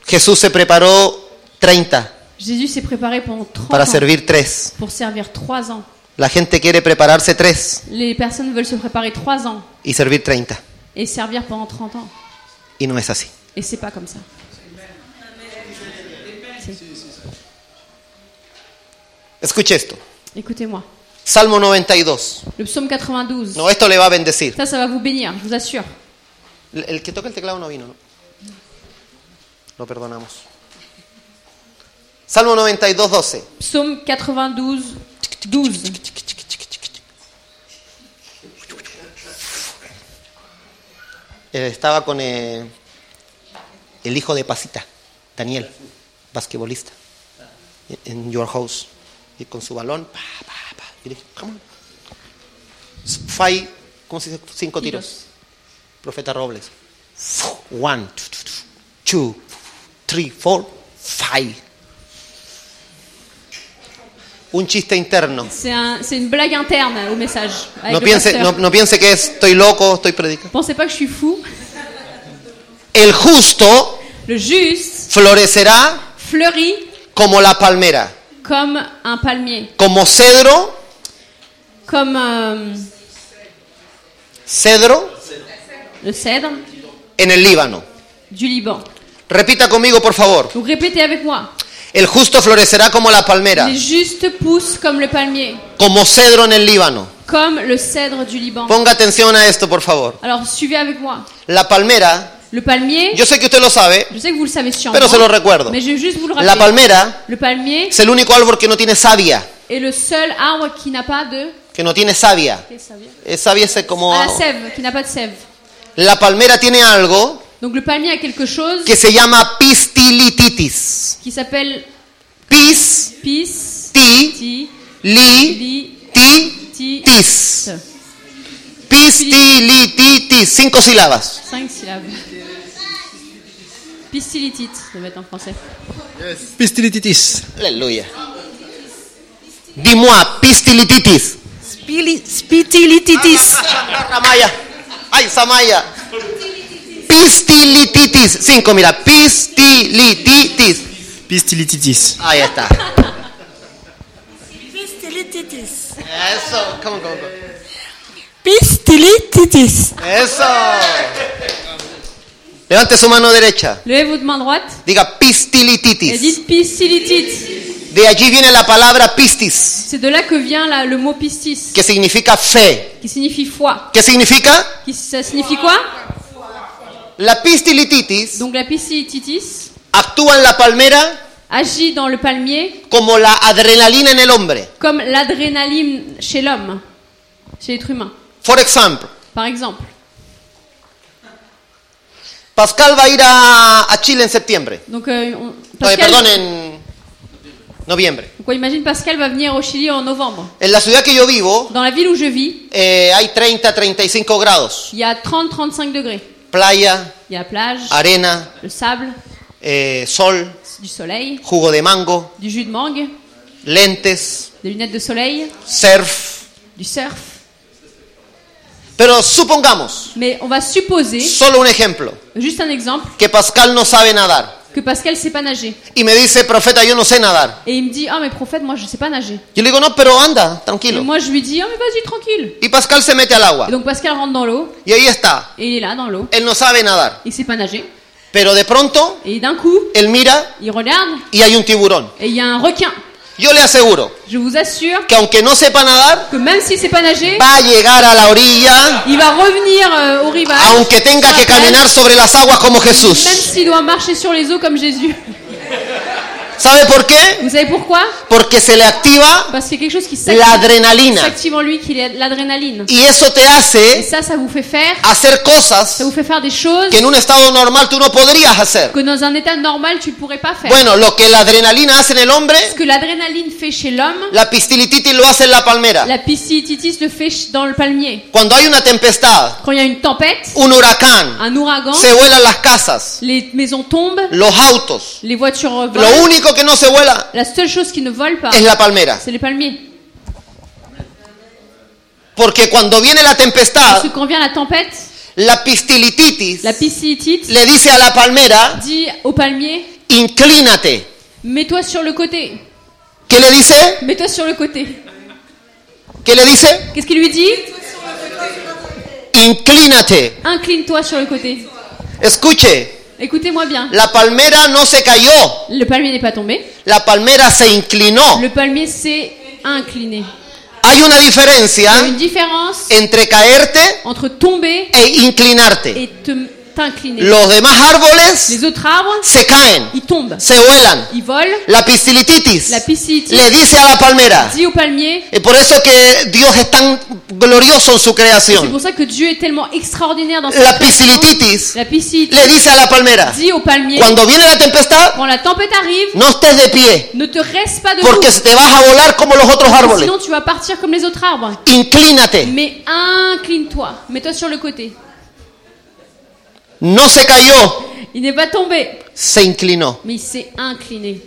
Speaker 2: Jesús se preparó 30
Speaker 3: Jésus s'est préparé pendant 30
Speaker 2: para
Speaker 3: ans
Speaker 2: servir 3.
Speaker 3: pour servir 3 ans.
Speaker 2: La gente quiere prepararse 3
Speaker 3: Les personnes veulent se préparer 3 ans
Speaker 2: y servir 30.
Speaker 3: et servir pendant 30 ans.
Speaker 2: Y no es así.
Speaker 3: Et c'est pas comme ça.
Speaker 2: Escuche esto.
Speaker 3: Écoutez-moi.
Speaker 2: Salmo 92.
Speaker 3: Le psaume 92.
Speaker 2: No, esto le va a bendecir.
Speaker 3: Ça, ça va vous bénir, je vous assure.
Speaker 2: El- El que toca el teclado no vino, ¿no? Lo perdonamos. Salmo 92, 12.
Speaker 3: Psaume 92, 12.
Speaker 2: Eh, Estaba con eh, el hijo de Pasita, Daniel, basquetbolista, en Your House. Y con su balón, pa, pa, pa. Y dije, come on. Five, ¿cómo se dice? Cinco tiros. Profeta Robles. One, tu, tu, tu, two, three, four, five. Un chiste interno.
Speaker 3: C'est un- c'est une blague interne au message. avec
Speaker 2: No
Speaker 3: le
Speaker 2: piense, no,
Speaker 3: pasteur.
Speaker 2: no piense que estoy loco, estoy predicando.
Speaker 3: Pensez pas que je suis fou.
Speaker 2: El justo
Speaker 3: Le juste
Speaker 2: florecerá
Speaker 3: fleurit
Speaker 2: como la palmera,
Speaker 3: comme un palmier,
Speaker 2: como cedro,
Speaker 3: comme euh,
Speaker 2: cedro
Speaker 3: le cèdre
Speaker 2: en el Líbano.
Speaker 3: du Liban.
Speaker 2: Repita conmigo, por favor.
Speaker 3: Donc répétez avec moi.
Speaker 2: El justo florecerá como la palmera,
Speaker 3: Les justes poussent comme le palmier,
Speaker 2: como cedro en el Líbano.
Speaker 3: comme le cèdre du Liban.
Speaker 2: Ponga atención a esto, por favor.
Speaker 3: Alors suivez avec moi.
Speaker 2: La palmera,
Speaker 3: Le palmier,
Speaker 2: yo sé que usted lo sabe,
Speaker 3: je sais que vous le savez sûrement.
Speaker 2: Pero se lo recuerdo.
Speaker 3: Mais je vais juste vous le
Speaker 2: la
Speaker 3: rappeler.
Speaker 2: palmera
Speaker 3: Le palmier
Speaker 2: es el único árbol que no tiene savia,
Speaker 3: est le seul arbre qui n'a pas de...
Speaker 2: que no tiene savia. Eh, Savia es como...
Speaker 3: À la sève, qui n'a pas de sève.
Speaker 2: La palmera tiene algo
Speaker 3: Donc le palmier a quelque chose
Speaker 2: que se llama pistilititis.
Speaker 3: qui s'appelle
Speaker 2: Pis,
Speaker 3: pis,
Speaker 2: ti,
Speaker 3: ti,
Speaker 2: li,
Speaker 3: li,
Speaker 2: ti,
Speaker 3: ti,
Speaker 2: tis. Pistilititis, cinco sílabas.
Speaker 3: Cinq syllabes. Pistilitite, ça doit être en français.
Speaker 1: Pistilititis.
Speaker 2: Aleluya. Dis-moi, pistilititis.
Speaker 5: Spili- Spitilititis.
Speaker 2: Ramaya. Ay, Samaya. Pistilititis, cinco, mira, pistilititis.
Speaker 1: Pistilititis.
Speaker 2: Ahí está.
Speaker 5: Pistilitis.
Speaker 2: Eso, come on, come on, come on.
Speaker 5: Pistilitis.
Speaker 2: Eso. Levante su mano derecha.
Speaker 3: Levez votre main droite
Speaker 2: Diga
Speaker 3: et
Speaker 2: pistilititis.
Speaker 3: dites pistilitite.
Speaker 2: De allí viene la palabra pistis,
Speaker 3: C'est de là que vient la- le mot pistis,
Speaker 2: que significa fe.
Speaker 3: qui signifie foi.
Speaker 2: ¿Qué significa?
Speaker 3: Qui, ça signifie quoi
Speaker 2: La pistilititis
Speaker 3: Donc la pistilititis
Speaker 2: actúa en la palmera
Speaker 3: agit dans le palmier
Speaker 2: como la adrenalina en el hombre.
Speaker 3: comme l'adrénaline chez l'homme, chez l'être humain.
Speaker 2: Por ejemplo,
Speaker 3: Par exemple,
Speaker 2: Pascal va a ir a, a Chile en septiembre.
Speaker 3: Donc, euh, on-
Speaker 2: No, eh,
Speaker 3: Pascal-
Speaker 2: perdón, en noviembre.
Speaker 3: donc on imagine Pascal va venir au Chili en novembre.
Speaker 2: En la ciudad que yo vivo
Speaker 3: Dans la ville où je vis,
Speaker 2: eh, hay 30, 35 grados.
Speaker 3: il y a 30-35 degrés.
Speaker 2: Playa,
Speaker 3: Il y a la plage,
Speaker 2: Ah. arena,
Speaker 3: le sable,
Speaker 2: eh, sol,
Speaker 3: du soleil,
Speaker 2: jugo de mango,
Speaker 3: du jus de mangue,
Speaker 2: lentes,
Speaker 3: des lunettes de soleil,
Speaker 2: surf.
Speaker 3: du surf.
Speaker 2: Pero supongamos,
Speaker 3: Mais on va supposer,
Speaker 2: solo un ejemplo,
Speaker 3: juste un exemple,
Speaker 2: que Pascal no sabe nadar.
Speaker 3: que Pascal sait pas nager.
Speaker 2: Y me dice, profeta, yo no sé nadar.
Speaker 3: Et il me dit Ah, mais prophète, moi je sais pas nager.
Speaker 2: Yo le digo, no, pero anda,
Speaker 3: Et
Speaker 2: tranquilo.
Speaker 3: moi je lui dis Ah, mais vas-y, tranquille.
Speaker 2: Y Pascal se mete al agua.
Speaker 3: Et donc Pascal rentre dans l'eau,
Speaker 2: Y ahí está.
Speaker 3: et il est là dans l'eau.
Speaker 2: Él no sabe nadar.
Speaker 3: Il sait pas nager.
Speaker 2: Pero de pronto,
Speaker 3: Et d'un coup,
Speaker 2: él mira
Speaker 3: il regarde,
Speaker 2: y hay un tiburón.
Speaker 3: et il y a un requin.
Speaker 2: Yo le aseguro
Speaker 3: Je vous assure
Speaker 2: que aunque no sepa nadar,
Speaker 3: que même s'il sait pas nager,
Speaker 2: va a llegar a la orilla,
Speaker 3: il va revenir euh, au rivage.
Speaker 2: aunque Ah, tenga
Speaker 3: sur la
Speaker 2: que caminar
Speaker 3: plage,
Speaker 2: sobre las aguas como Jesús.
Speaker 3: Même s'il doit marcher sur les eaux comme Jésus.
Speaker 2: ¿Sabe por qué?
Speaker 3: Vous savez pourquoi
Speaker 2: Porque se le activa
Speaker 3: Parce qu'il y a quelque chose qui
Speaker 2: la
Speaker 3: s'active
Speaker 2: adrenalina.
Speaker 3: s'active en lui, qui est l'adrénaline.
Speaker 2: Y eso te
Speaker 3: Et
Speaker 2: hace
Speaker 3: ça, ça vous fait faire,
Speaker 2: hacer cosas
Speaker 3: ça vous fait faire des choses
Speaker 2: que en un estado normal tú no podrías hacer.
Speaker 3: que dans un état normal, tu pourrais pas faire.
Speaker 2: Bueno, lo que la adrenalina hace en el
Speaker 3: Ce
Speaker 2: hombre,
Speaker 3: que l'adrénaline fait chez l'homme,
Speaker 2: la pistilititis lo hace en la palmera.
Speaker 3: la piscititis le fait ch- dans le palmier.
Speaker 2: Cuando hay una tempestad,
Speaker 3: Quand il y a une tempête,
Speaker 2: un huracán,
Speaker 3: un ouragan,
Speaker 2: se vuelan las casas,
Speaker 3: les maisons tombent,
Speaker 2: los autos.
Speaker 3: les voitures euh,
Speaker 2: Lo
Speaker 3: volent.
Speaker 2: único que no se vuela
Speaker 3: La seule chose qui ne vole pas,
Speaker 2: es la palmera.
Speaker 3: c'est les palmiers.
Speaker 2: Porque cuando viene la tempestad,
Speaker 3: Parce que quand vient la tempête,
Speaker 2: la pistilititis
Speaker 3: la piscitite
Speaker 2: le dice a la palmera,
Speaker 3: dit au palmier
Speaker 2: inclínate.
Speaker 3: Mets-toi sur le côté.
Speaker 2: ¿Qué le dice?
Speaker 3: Mets-toi sur le côté.
Speaker 2: ¿Qué le dice?
Speaker 3: Qu'est-ce qu'il lui dit
Speaker 2: Inclínate.
Speaker 3: Incline-toi sur le côté.
Speaker 2: Escuche,
Speaker 3: Écoutez-moi bien.
Speaker 2: la palmera no se cayó,
Speaker 3: Le palmier n'est pas tombé.
Speaker 2: la palmera se inclinó.
Speaker 3: Le palmier s'est incliné.
Speaker 2: Hay una diferencia
Speaker 3: Il y a une différence
Speaker 2: entre caerte
Speaker 3: entre tomber
Speaker 2: e inclinarte.
Speaker 3: et te- t'incliner.
Speaker 2: Los demás árboles
Speaker 3: Les autres arbres,
Speaker 2: se caen,
Speaker 3: ils tombent.
Speaker 2: se vuelan.
Speaker 3: Ils volent.
Speaker 2: La pistilititis
Speaker 3: La piscitite
Speaker 2: le dice a la palmera.
Speaker 3: dit au palmier.
Speaker 2: Es por eso que Dios es tan glorioso en su
Speaker 3: C'est
Speaker 2: creación.
Speaker 3: pour ça que Dieu est tellement extraordinaire dans sa
Speaker 2: La
Speaker 3: création.
Speaker 2: piscititis
Speaker 3: La piscite
Speaker 2: le dice a la palmera,
Speaker 3: dit au palmier
Speaker 2: cuando viene la tempestad,
Speaker 3: Quand la tempête arrive,
Speaker 2: no estés de pie,
Speaker 3: ne te reste pas debout.
Speaker 2: porque te vas a volar como los otros árboles.
Speaker 3: Sinon, tu vas partir comme les autres arbres.
Speaker 2: Inclínate.
Speaker 3: Mais incline-toi, mets-toi sur le côté.
Speaker 2: No se cayó,
Speaker 3: Il n'est pas tombé,
Speaker 2: se inclinó.
Speaker 3: mais il s'est incliné.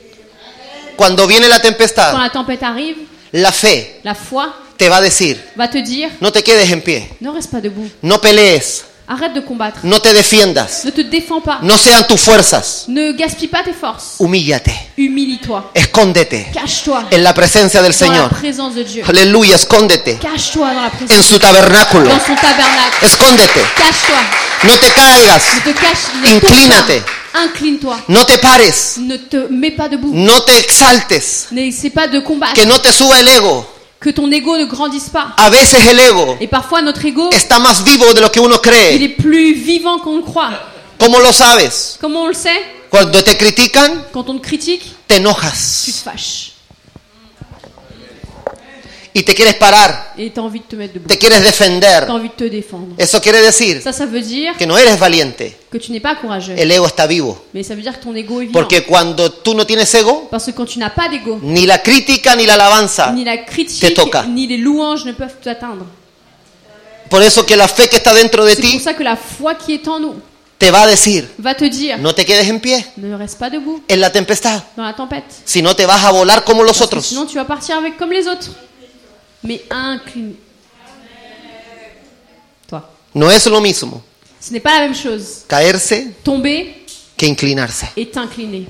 Speaker 2: Cuando viene la
Speaker 3: Quand
Speaker 2: tempestad,
Speaker 3: la tempête arrive,
Speaker 2: la fe
Speaker 3: la foi
Speaker 2: te va a decir,
Speaker 3: va te dire
Speaker 2: no te quedes en pie,
Speaker 3: ne reste pas debout,
Speaker 2: no pelees,
Speaker 3: arrête de combattre,
Speaker 2: no te defiendas,
Speaker 3: ne te défends pas,
Speaker 2: no sean tus fuerzas.
Speaker 3: ne gaspille pas tes forces,
Speaker 2: Humíllate,
Speaker 3: humilie-toi,
Speaker 2: escóndete
Speaker 3: cache-toi
Speaker 2: en la presencia del
Speaker 3: dans la
Speaker 2: Señor.
Speaker 3: présence de Dieu,
Speaker 2: Aleluya, escóndete
Speaker 3: cache-toi dans la présence,
Speaker 2: en su tabernáculo.
Speaker 3: dans son tabernacle,
Speaker 2: Escóndete.
Speaker 3: cache-toi,
Speaker 2: No te caigas.
Speaker 3: ne te cache, ne tombe
Speaker 2: Inclínate.
Speaker 3: pas. incline-toi,
Speaker 2: No te pares.
Speaker 3: ne te mets pas debout,
Speaker 2: No te exaltes.
Speaker 3: n'essaie pas de combattre,
Speaker 2: Que no te suba el ego.
Speaker 3: que ton ego ne grandisse pas.
Speaker 2: A veces el ego
Speaker 3: Et parfois notre ego,
Speaker 2: está más vivo de lo que uno
Speaker 3: il
Speaker 2: cree.
Speaker 3: est plus vivant qu'on le croit.
Speaker 2: ¿Cómo lo sabes?
Speaker 3: Comment on le sait
Speaker 2: Cuando te critican,
Speaker 3: Quand on te critique,
Speaker 2: te
Speaker 3: tu te
Speaker 2: enojas
Speaker 3: fâches
Speaker 2: y te quieres parar,
Speaker 3: et t'as envie de te mettre debout.
Speaker 2: te quieres defender.
Speaker 3: T'as envie de te défendre.
Speaker 2: Eso quiere decir
Speaker 3: Ça, ça veut dire
Speaker 2: que no eres valiente.
Speaker 3: que tu n'es pas courageux.
Speaker 2: El ego está vivo.
Speaker 3: Mais ça veut dire que ton ego est vivant.
Speaker 2: Porque cuando tú no tienes ego,
Speaker 3: Parce que quand tu n'as pas d'ego,
Speaker 2: ni la crítica ni la alabanza.
Speaker 3: ni la
Speaker 2: Te
Speaker 3: critique,
Speaker 2: toca.
Speaker 3: ni les louanges ne peuvent t'atteindre.
Speaker 2: Por eso que la fe que está dentro de
Speaker 3: C'est pour
Speaker 2: ti
Speaker 3: ça que la foi qui est en nous
Speaker 2: te va a decir,
Speaker 3: va te dire
Speaker 2: no te quedes en pie
Speaker 3: ne reste pas debout
Speaker 2: en la tempestad,
Speaker 3: dans la tempête.
Speaker 2: si no te vas a volar como los
Speaker 3: Parce que
Speaker 2: otros.
Speaker 3: Sinon, tu vas partir avec comme les autres. Mais incline. Toi.
Speaker 2: No es lo mismo
Speaker 3: Ce n'est pas la même chose.
Speaker 2: caerse
Speaker 3: Tomber
Speaker 2: que inclinarse.
Speaker 3: et t'incliner.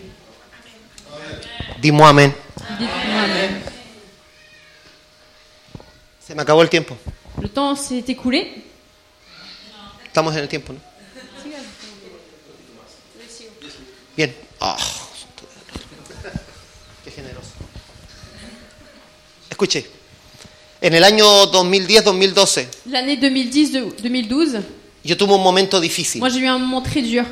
Speaker 2: Dimo amén.
Speaker 3: Dites-moi, mais
Speaker 2: Se me acabó el tiempo.
Speaker 3: Le temps s'est écoulé.
Speaker 2: Estamos en el tiempo, ¿no? Bien. Ah, qué generoso. Escuche. En el año 2010-2012
Speaker 3: L'année 2010-2012,
Speaker 2: yo tuve un momento difícil
Speaker 3: moi j'ai eu un moment très dur.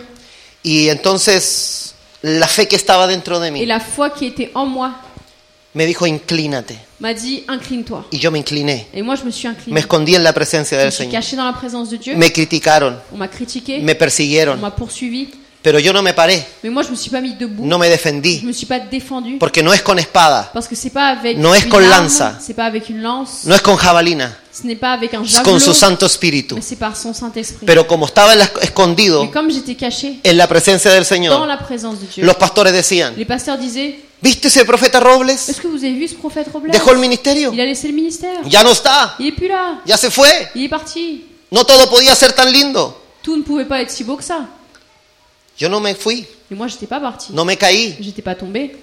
Speaker 2: y entonces la fe que estaba dentro de
Speaker 3: Et
Speaker 2: mí
Speaker 3: la foi qui était en moi
Speaker 2: Me dijo, inclínate.
Speaker 3: m'a dit incline-toi.
Speaker 2: Y yo me incliné.
Speaker 3: Et moi, je me suis
Speaker 2: Me
Speaker 3: incliné.
Speaker 2: escondí en la presencia
Speaker 3: Je me
Speaker 2: del
Speaker 3: suis
Speaker 2: Señor.
Speaker 3: caché dans la présence de Dieu.
Speaker 2: Me criticaron,
Speaker 3: On m'a critiqué.
Speaker 2: me
Speaker 3: On
Speaker 2: persiguieron,
Speaker 3: m'a poursuivi.
Speaker 2: pero yo no me paré,
Speaker 3: Mais moi, je me suis pas mis debout.
Speaker 2: no me
Speaker 3: Je
Speaker 2: defendí,
Speaker 3: me suis pas défendu.
Speaker 2: porque no es con espada,
Speaker 3: Parce que c'est pas avec
Speaker 2: No es
Speaker 3: une
Speaker 2: con
Speaker 3: arme,
Speaker 2: lanza.
Speaker 3: C'est pas avec une lance.
Speaker 2: no es con jabalina,
Speaker 3: Ce n'est pas avec un
Speaker 2: es con su
Speaker 3: javelot.
Speaker 2: Santo Espíritu.
Speaker 3: Mais c'est par son Saint-Esprit.
Speaker 2: Pero como estaba en la- escondido
Speaker 3: Mais comme j'étais caché
Speaker 2: en la presencia del
Speaker 3: dans
Speaker 2: Señor,
Speaker 3: la présence de Dieu,
Speaker 2: los pastores decían,
Speaker 3: les pasteurs disaient
Speaker 2: ¿viste ese profeta Robles?
Speaker 3: Est-ce que vous avez vu ce prophète Robles
Speaker 2: Dejó el ministerio,
Speaker 3: Il a laissé le ministère.
Speaker 2: ya no está,
Speaker 3: Il est plus là.
Speaker 2: ya se fue,
Speaker 3: Il est parti.
Speaker 2: no todo podía ser tan lindo.
Speaker 3: Tout ne pouvait pas être si beau que ça.
Speaker 2: Yo no me fui,
Speaker 3: Mais moi, j'étais pas parti.
Speaker 2: no me caí.
Speaker 3: J'étais pas tombé.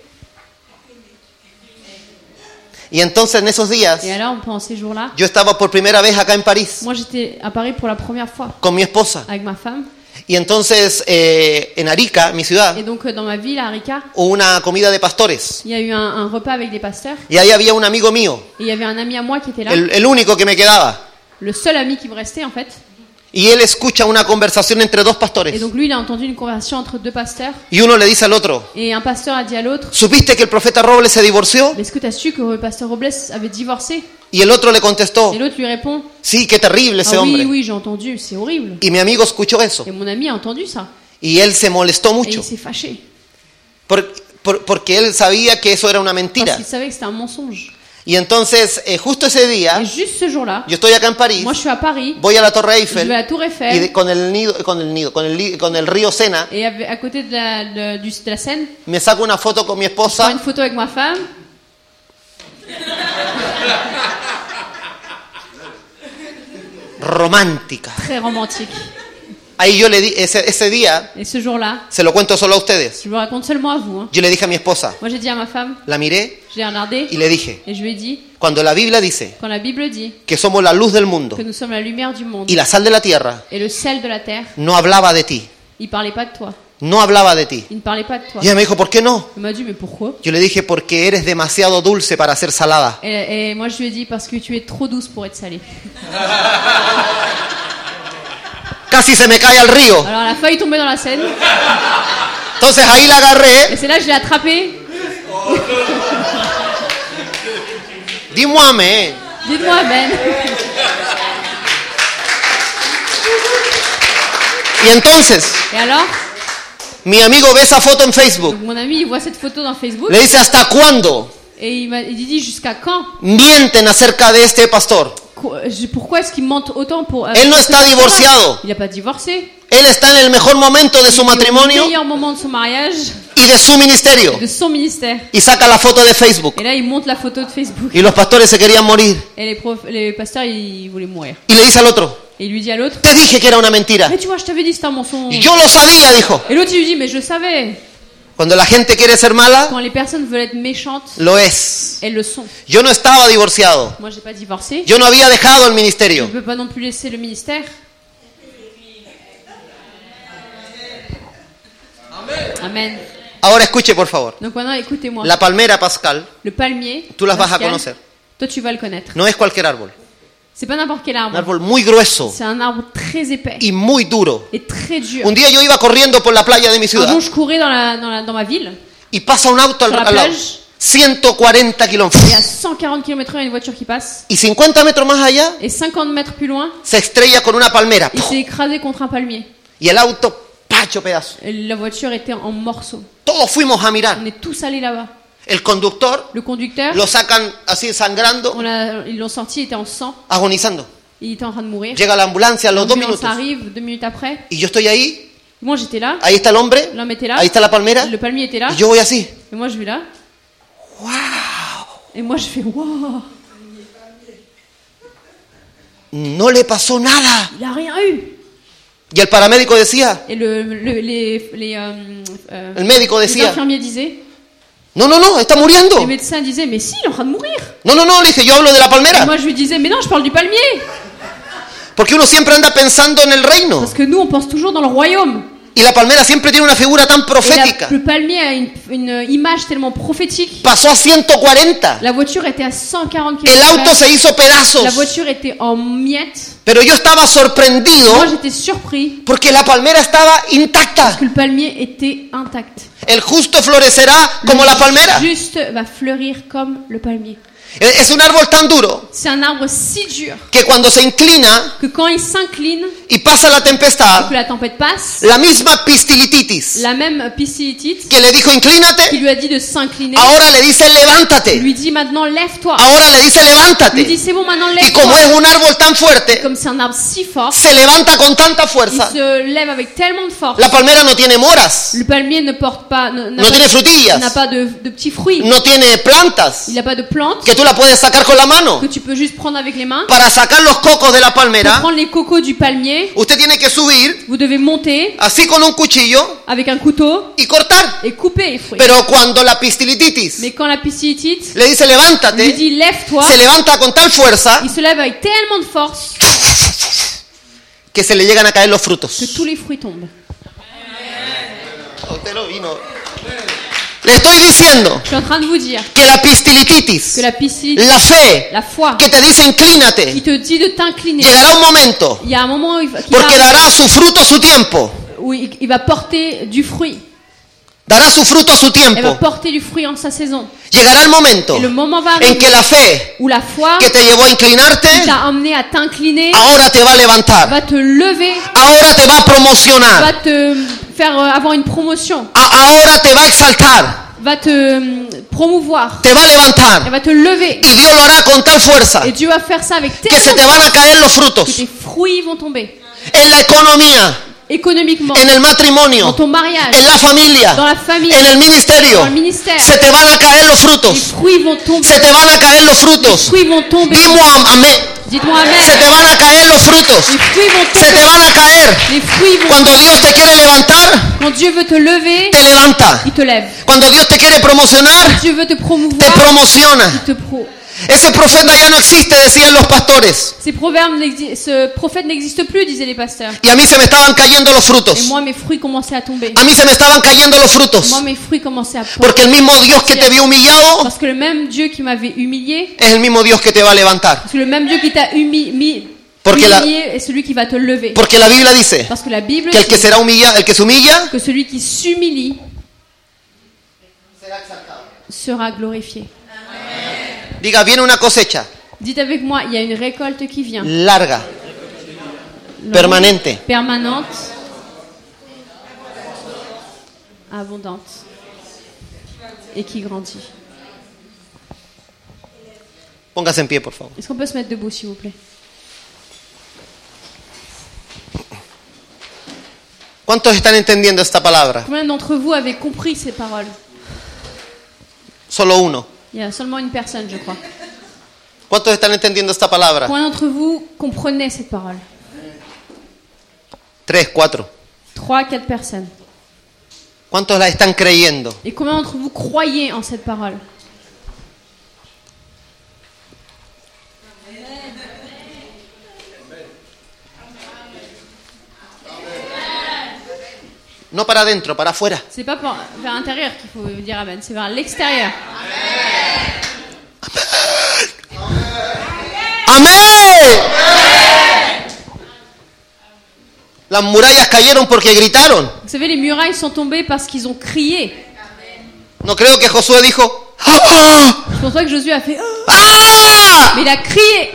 Speaker 2: Y entonces en esos días
Speaker 3: Et alors, pendant ces jours-là,
Speaker 2: yo estaba por primera vez acá en París
Speaker 3: moi, j'étais à Paris pour la première fois
Speaker 2: con mi esposa.
Speaker 3: avec ma femme.
Speaker 2: Y entonces eh, en Arica, mi ciudad,
Speaker 3: Et donc, euh, dans ma ville, à Arica,
Speaker 2: hubo una comida de pastores.
Speaker 3: il y a eu un, un repas avec des pasteurs.
Speaker 2: Y ahí había un amigo mío,
Speaker 3: Et il y avait un ami à moi qui était là.
Speaker 2: el, el único que me quedaba.
Speaker 3: Le seul ami qui me restait, en fait.
Speaker 2: Y él escucha una conversación entre dos
Speaker 3: Et
Speaker 2: pastores.
Speaker 3: donc, lui, il a entendu une conversation entre deux pasteurs.
Speaker 2: Y uno le dice al otro,
Speaker 3: Et un pasteur a dit à l'autre
Speaker 2: ¿supiste que el profeta Robles se divorció?
Speaker 3: Mais Est-ce que tu as su que le pasteur Robles avait divorcé
Speaker 2: Y el otro le contestó,
Speaker 3: Et l'autre lui répond
Speaker 2: sí, qué terrible ese
Speaker 3: Ah oui,
Speaker 2: hombre.
Speaker 3: oui, j'ai entendu, c'est horrible.
Speaker 2: Y mi amigo escuchó eso.
Speaker 3: Et mon ami a entendu ça.
Speaker 2: Y él se molestó
Speaker 3: Et il
Speaker 2: mucho
Speaker 3: s'est fâché.
Speaker 2: por- por- porque él sabía que eso era una
Speaker 3: Parce
Speaker 2: mentira.
Speaker 3: qu'il savait que c'était un mensonge.
Speaker 2: Y entonces, eh, justo ese día,
Speaker 3: Et juste ce jour-là,
Speaker 2: yo estoy acá en París,
Speaker 3: moi je suis à Paris,
Speaker 2: voy a la Torre
Speaker 3: je vais
Speaker 2: Eiffel
Speaker 3: à Tour
Speaker 2: y de-
Speaker 3: Eiffel,
Speaker 2: con el nido, con el nido, con el, li- con el río Sena,
Speaker 3: et avec- à côté de la, de- du- de la Seine,
Speaker 2: me saco una foto con mi
Speaker 3: je prends une
Speaker 2: esposa
Speaker 3: photo avec ma femme,
Speaker 2: romántica.
Speaker 3: très romantique.
Speaker 2: Ahí yo le di, ese, ese día,
Speaker 3: Et ce jour-là,
Speaker 2: se lo cuento solo a ustedes,
Speaker 3: je vous raconte seulement à vous. hein.
Speaker 2: yo le dije a mi esposa,
Speaker 3: Moi j'ai dit à ma femme,
Speaker 2: la miré
Speaker 3: je l'ai regardée,
Speaker 2: y le dije,
Speaker 3: et je lui ai dit
Speaker 2: cuando la Biblia dice
Speaker 3: Quand la Bible dit
Speaker 2: que somos la luz del mundo
Speaker 3: que nous sommes la lumière du monde
Speaker 2: y la sal de la tierra,
Speaker 3: et le sel de la terre,
Speaker 2: no hablaba de ti,
Speaker 3: il parlait pas de toi.
Speaker 2: no hablaba de ti.
Speaker 3: Il ne parlait pas de toi.
Speaker 2: Y ella me dijo, ¿por qué no?
Speaker 3: Il m'a dit, mais pourquoi
Speaker 2: Yo le dije, porque eres demasiado dulce para ser salada.
Speaker 3: et, et moi, je lui ai dit, parce que tu es trop douce pour être salée.
Speaker 2: Casi se me cae al río.
Speaker 3: Alors, la feuille tombée dans la Seine,
Speaker 2: Entonces ahí la agarré,
Speaker 3: et c'est là que je l'ai attrapée.
Speaker 2: dimos amén.
Speaker 3: Dites-moi Ben. Amen.
Speaker 2: Y entonces,
Speaker 3: Et alors,
Speaker 2: mi amigo ve esa foto en Facebook.
Speaker 3: donc mon ami, il voit cette photo dans Facebook,
Speaker 2: Le dice, ¿hasta cuándo
Speaker 3: et il m'a il dit, jusqu'à quand
Speaker 2: mienten acerca de este pastor?
Speaker 3: Quoi- je- Pourquoi est-ce qu'il mente autant pour. euh,
Speaker 2: Él no
Speaker 3: pour
Speaker 2: está
Speaker 3: ce
Speaker 2: divorciado.
Speaker 3: Il n'a pas divorcé.
Speaker 2: Él está en el mejor momento de su
Speaker 3: Au
Speaker 2: matrimonio
Speaker 3: meilleur moment de son mariage,
Speaker 2: y de su ministerio.
Speaker 3: de son ministère.
Speaker 2: Y saca la foto de Facebook.
Speaker 3: Et là, il monte la photo de Facebook.
Speaker 2: Y los pastores se querían morir.
Speaker 3: Et les, prof- les pasteurs, ils voulaient mourir.
Speaker 2: Y le dice al otro,
Speaker 3: Et il lui dit à l'autre
Speaker 2: te dije que era una mentira.
Speaker 3: Mais tu vois, je t'avais dit, c'était un mensonge.
Speaker 2: Yo lo sabía, dijo.
Speaker 3: Et l'autre, il lui dit Mais je savais.
Speaker 2: Cuando la gente quiere ser mala,
Speaker 3: Quand les personnes veulent être méchantes,
Speaker 2: lo es.
Speaker 3: elles le sont.
Speaker 2: Yo no estaba divorciado.
Speaker 3: Moi, j'ai pas divorcé.
Speaker 2: Yo no había dejado el
Speaker 3: Je
Speaker 2: ministerio.
Speaker 3: peux pas non plus laisser le ministère. Amen.
Speaker 2: Ahora escuche, por favor.
Speaker 3: Donc maintenant, écoutez-moi.
Speaker 2: La palmera pascal
Speaker 3: Le palmier.
Speaker 2: Tú las vas a
Speaker 3: Pascal,
Speaker 2: conocer.
Speaker 3: Toi, tu vas le connaître.
Speaker 2: no es cualquier árbol.
Speaker 3: C'est pas n'importe quel
Speaker 2: Un
Speaker 3: arbre.
Speaker 2: árbol muy grueso
Speaker 3: C'est un arbre très épais
Speaker 2: y muy duro.
Speaker 3: et très dur.
Speaker 2: Un día yo iba corriendo por la playa de mi
Speaker 3: Un
Speaker 2: ciudad
Speaker 3: jour, je courais dans, la, dans, la- dans ma ville
Speaker 2: y pasa un auto al,
Speaker 3: Por la
Speaker 2: al lado.
Speaker 3: playa.
Speaker 2: 140
Speaker 3: et à
Speaker 2: kilómetros.
Speaker 3: 140 km/h, il y a une voiture qui passe.
Speaker 2: Y 50 metros más allá
Speaker 3: Et 50 mètres plus loin,
Speaker 2: se estrella con una palmera.
Speaker 3: il s'est écrasé contre un palmier.
Speaker 2: Y el auto, pacho pedazo.
Speaker 3: Et la voiture était en morceaux.
Speaker 2: Todos fuimos a mirar.
Speaker 3: On est tous allés là-bas.
Speaker 2: El conductor
Speaker 3: Le conducteur,
Speaker 2: lo sacan así
Speaker 3: on
Speaker 2: sangrando,
Speaker 3: l'a- ils l'ont sorti, il était en sang.
Speaker 2: agonizando.
Speaker 3: Il était en train de mourir.
Speaker 2: Llega la ambulancia a los dos
Speaker 3: L'ambulance
Speaker 2: minutos.
Speaker 3: arrive deux minutes après.
Speaker 2: Y yo estoy ahí,
Speaker 3: Moi j'étais là,
Speaker 2: ahí está el hombre,
Speaker 3: l'homme était là,
Speaker 2: ahí está la palmera.
Speaker 3: le palmier était là,
Speaker 2: Y yo voy así.
Speaker 3: et moi je vais là. Et moi je fais waouh,
Speaker 2: No le pasó nada.
Speaker 3: il a rien eu.
Speaker 2: Y el paramédico decía,
Speaker 3: Et le, le- les, les, euh, euh,
Speaker 2: el médico
Speaker 3: les
Speaker 2: decía,
Speaker 3: infirmiers disaient,
Speaker 2: no, no, no, está muriendo.
Speaker 3: les médecins disaient, mais si, il est en train de mourir.
Speaker 2: No, no, no, le dije, yo hablo de la
Speaker 3: Et
Speaker 2: palmera.
Speaker 3: moi je lui disais, mais non, je parle du palmier,
Speaker 2: Porque uno siempre anda pensando en el reino.
Speaker 3: parce que nous on pense toujours dans le royaume.
Speaker 2: Y la palmera siempre tiene una figura tan
Speaker 3: Et la-
Speaker 2: profética.
Speaker 3: le palmier a une, une image tellement prophétique.
Speaker 2: Pasó a 140.
Speaker 3: La voiture était à 140 km.
Speaker 2: El auto se hizo
Speaker 3: La
Speaker 2: pedazos.
Speaker 3: voiture était en miettes.
Speaker 2: Pero yo estaba sorprendido
Speaker 3: Moi, j'étais surpris
Speaker 2: porque la palmera estaba intacta.
Speaker 3: que le palmier était intact.
Speaker 2: El justo florecerá como la palmera.
Speaker 3: Juste va fleurir comme le palmier.
Speaker 2: Es un árbol tan duro
Speaker 3: C'est un arbre si dur
Speaker 2: que cuando se inclina
Speaker 3: que quand il s'incline,
Speaker 2: y pasa la tempestad,
Speaker 3: que la tempête passe,
Speaker 2: la misma pistilitis
Speaker 3: la même Piscilitite
Speaker 2: que le dijo
Speaker 3: qui
Speaker 2: inclínate,
Speaker 3: lui a dit de s'incliner,
Speaker 2: ahora le dice levántate.
Speaker 3: lui dit maintenant lève-toi.
Speaker 2: Ahora le dice
Speaker 3: Lui dit
Speaker 2: levántate.
Speaker 3: c'est bon maintenant
Speaker 2: Y como
Speaker 3: lève-toi.
Speaker 2: es un árbol tan fuerte,
Speaker 3: Comme c'est un arbre si fort,
Speaker 2: se levanta con tanta
Speaker 3: il
Speaker 2: fuerza.
Speaker 3: se lève avec tellement de force.
Speaker 2: La palmera no tiene moras,
Speaker 3: Le palmier ne porte pas, ne- n'a
Speaker 2: no
Speaker 3: pas,
Speaker 2: tiene
Speaker 3: n'a
Speaker 2: frutillas,
Speaker 3: pas de, de petits fruits.
Speaker 2: no tiene plantas
Speaker 3: Il n'a pas de plantes
Speaker 2: que tú la puedes sacar con la mano.
Speaker 3: que tu peux juste prendre avec les mains.
Speaker 2: Para sacar los cocos de la
Speaker 3: Pour
Speaker 2: palmera,
Speaker 3: prendre les cocos du palmier,
Speaker 2: usted tiene que subir
Speaker 3: vous devez monter
Speaker 2: así con un cuchillo
Speaker 3: avec un couteau
Speaker 2: y cortar.
Speaker 3: et couper les fruits.
Speaker 2: Pero cuando la pistilitis
Speaker 3: Mais quand la piscitite
Speaker 2: le dice
Speaker 3: lui
Speaker 2: levántate,
Speaker 3: dit lève-toi,
Speaker 2: se levanta con tal fuerza
Speaker 3: il se lève avec tellement de force
Speaker 2: que se le llegan a caer los
Speaker 3: que
Speaker 2: frutos.
Speaker 3: tous les fruits tombent.
Speaker 2: A usted no vino. Le estoy diciendo
Speaker 3: Je suis en train de vous dire
Speaker 2: que la
Speaker 3: que
Speaker 2: pistilitis,
Speaker 3: la piscite,
Speaker 2: la fe
Speaker 3: la foi,
Speaker 2: que te dice
Speaker 3: qui
Speaker 2: inclínate,
Speaker 3: te dit de t'incliner,
Speaker 2: llegará un momento
Speaker 3: il y a un moment où, il va, qui
Speaker 2: porque
Speaker 3: va-
Speaker 2: dará su fruto a su tiempo.
Speaker 3: où il, il va porter du fruit.
Speaker 2: Dará su fruto a su
Speaker 3: Elle va
Speaker 2: tiempo.
Speaker 3: porter du fruit en sa saison.
Speaker 2: Llegará el momento
Speaker 3: Et le moment va
Speaker 2: en
Speaker 3: arriver
Speaker 2: que la fe
Speaker 3: où la foi
Speaker 2: que Ah. te llevó a
Speaker 3: qui
Speaker 2: inclinarte
Speaker 3: t'a amené à t'incliner
Speaker 2: ahora te va a levantar.
Speaker 3: va te lever,
Speaker 2: Ahora te va a promocionar.
Speaker 3: va te faire euh, avoir une promotion,
Speaker 2: A- ahora te va a exaltar.
Speaker 3: va te euh, promouvoir,
Speaker 2: Te va a
Speaker 3: elle
Speaker 2: levantar.
Speaker 3: va te lever.
Speaker 2: Y Dios lo hará con tal fuerza
Speaker 3: Et Dieu va faire ça avec
Speaker 2: que se
Speaker 3: tellement
Speaker 2: te van a caer los
Speaker 3: que
Speaker 2: frutos
Speaker 3: tes fruits vont tomber.
Speaker 2: en la economía,
Speaker 3: Économiquement,
Speaker 2: en el
Speaker 3: dans
Speaker 2: matrimonio,
Speaker 3: ton mariage,
Speaker 2: en la
Speaker 3: dans
Speaker 2: familia,
Speaker 3: la famille,
Speaker 2: en el ministerio.
Speaker 3: dans le ministère,
Speaker 2: Se te van a caer los
Speaker 3: les
Speaker 2: frutos.
Speaker 3: fruits vont tomber.
Speaker 2: Se te van a caer los
Speaker 3: Les
Speaker 2: frutos.
Speaker 3: fruits vont tomber.
Speaker 2: Dimo am- amén.
Speaker 3: Dites-moi
Speaker 2: Se
Speaker 3: Amen.
Speaker 2: te van a caer los frutos.
Speaker 3: Les fruits vont
Speaker 2: Se te
Speaker 3: tomber.
Speaker 2: van a caer.
Speaker 3: Les fruits vont
Speaker 2: Cuando Dios te quiere levantar,
Speaker 3: Quand Dieu veut te lever,
Speaker 2: te levanta.
Speaker 3: il te lève.
Speaker 2: Cuando Dios te quiere promocionar,
Speaker 3: Dieu veut te
Speaker 2: te
Speaker 3: promouvoir,
Speaker 2: promociona.
Speaker 3: il te pro.
Speaker 2: Ese profeta ya no existe, decían los pastores.
Speaker 3: Ces proverbes, n'exi- ce prophète n'existe plus, disaient les pasteurs.
Speaker 2: Y a mí se me estaban cayendo los
Speaker 3: Et
Speaker 2: frutos.
Speaker 3: moi, mes fruits commençaient à tomber.
Speaker 2: A mí se me estaban cayendo los
Speaker 3: Moi,
Speaker 2: frutos.
Speaker 3: mes fruits commençaient à tomber.
Speaker 2: Porque el mismo Dios que te vio humillado
Speaker 3: Parce que le même Dieu qui m'avait humilié,
Speaker 2: es el mismo Dios que te va a levantar.
Speaker 3: parce que le même Dieu qui t'a humi- mi-
Speaker 2: Porque la-
Speaker 3: humilié est celui qui va te lever.
Speaker 2: Porque la Biblia dice
Speaker 3: Parce que la Bible
Speaker 2: que el que
Speaker 3: dit
Speaker 2: será humilla, el que se humilla,
Speaker 3: que celui qui s'humilie sera glorifié.
Speaker 2: diga, viene una cosecha
Speaker 3: Dites avec moi, il y a une récolte qui vient.
Speaker 2: larga, permanente,
Speaker 3: permanente, abondante et qui grandit.
Speaker 2: Póngase en pie, por favor.
Speaker 3: Est-ce qu'on peut se mettre debout, s'il vous plaît
Speaker 2: ¿Cuántos están entendiendo esta palabra?
Speaker 3: Combien d'entre vous avez compris ces paroles
Speaker 2: Solo uno.
Speaker 3: Il y a seulement une personne, je crois.
Speaker 2: ¿Cuántos están entendiendo esta palabra?
Speaker 3: Combien d'entre vous comprenez cette parole
Speaker 2: Tres, cuatro.
Speaker 3: Trois, quatre personnes.
Speaker 2: ¿Cuántos la están creyendo?
Speaker 3: Et combien d'entre vous croyez en cette parole
Speaker 2: No para adentro, para afuera.
Speaker 3: C'est pas pour- vers l'intérieur qu'il faut dire amen, c'est vers l'extérieur.
Speaker 2: ¡Amén! Las murallas cayeron porque gritaron.
Speaker 3: Vous savez, les murailles sont tombées parce qu'ils ont crié.
Speaker 2: No creo que Josué dijo, ¡Ah!
Speaker 3: C'est pour ça que Josué a fait Ah
Speaker 2: ¡Ah!
Speaker 3: mais il a crié.